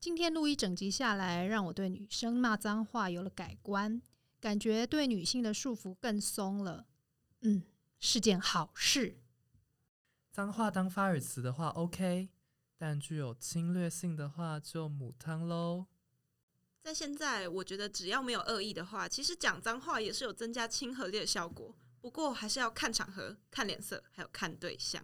Speaker 2: 今天录一整集下来，让我对女生骂脏话有了改观，感觉对女性的束缚更松了。嗯，是件好事。
Speaker 3: 脏话当发语词的话，OK，但具有侵略性的话就母汤喽。
Speaker 4: 在现在，我觉得只要没有恶意的话，其实讲脏话也是有增加亲和力的效果。不过还是要看场合、看脸色，还有看对象。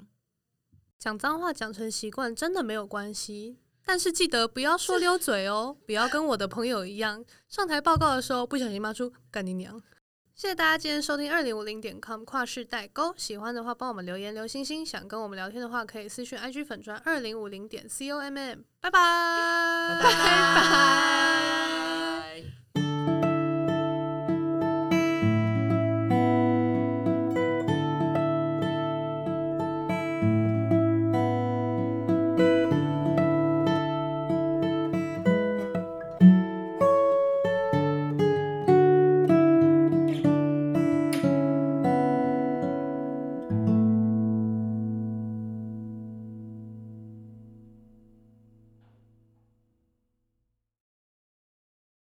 Speaker 1: 讲脏话讲成习惯真的没有关系，但是记得不要说溜嘴哦，不要跟我的朋友一样，上台报告的时候不小心骂出“干你娘”。谢谢大家今天收听二零五零点 com 跨世代沟，喜欢的话帮我们留言留星星，想跟我们聊天的话可以私讯 IG 粉砖二零五零点 com m，拜拜，
Speaker 2: 拜拜。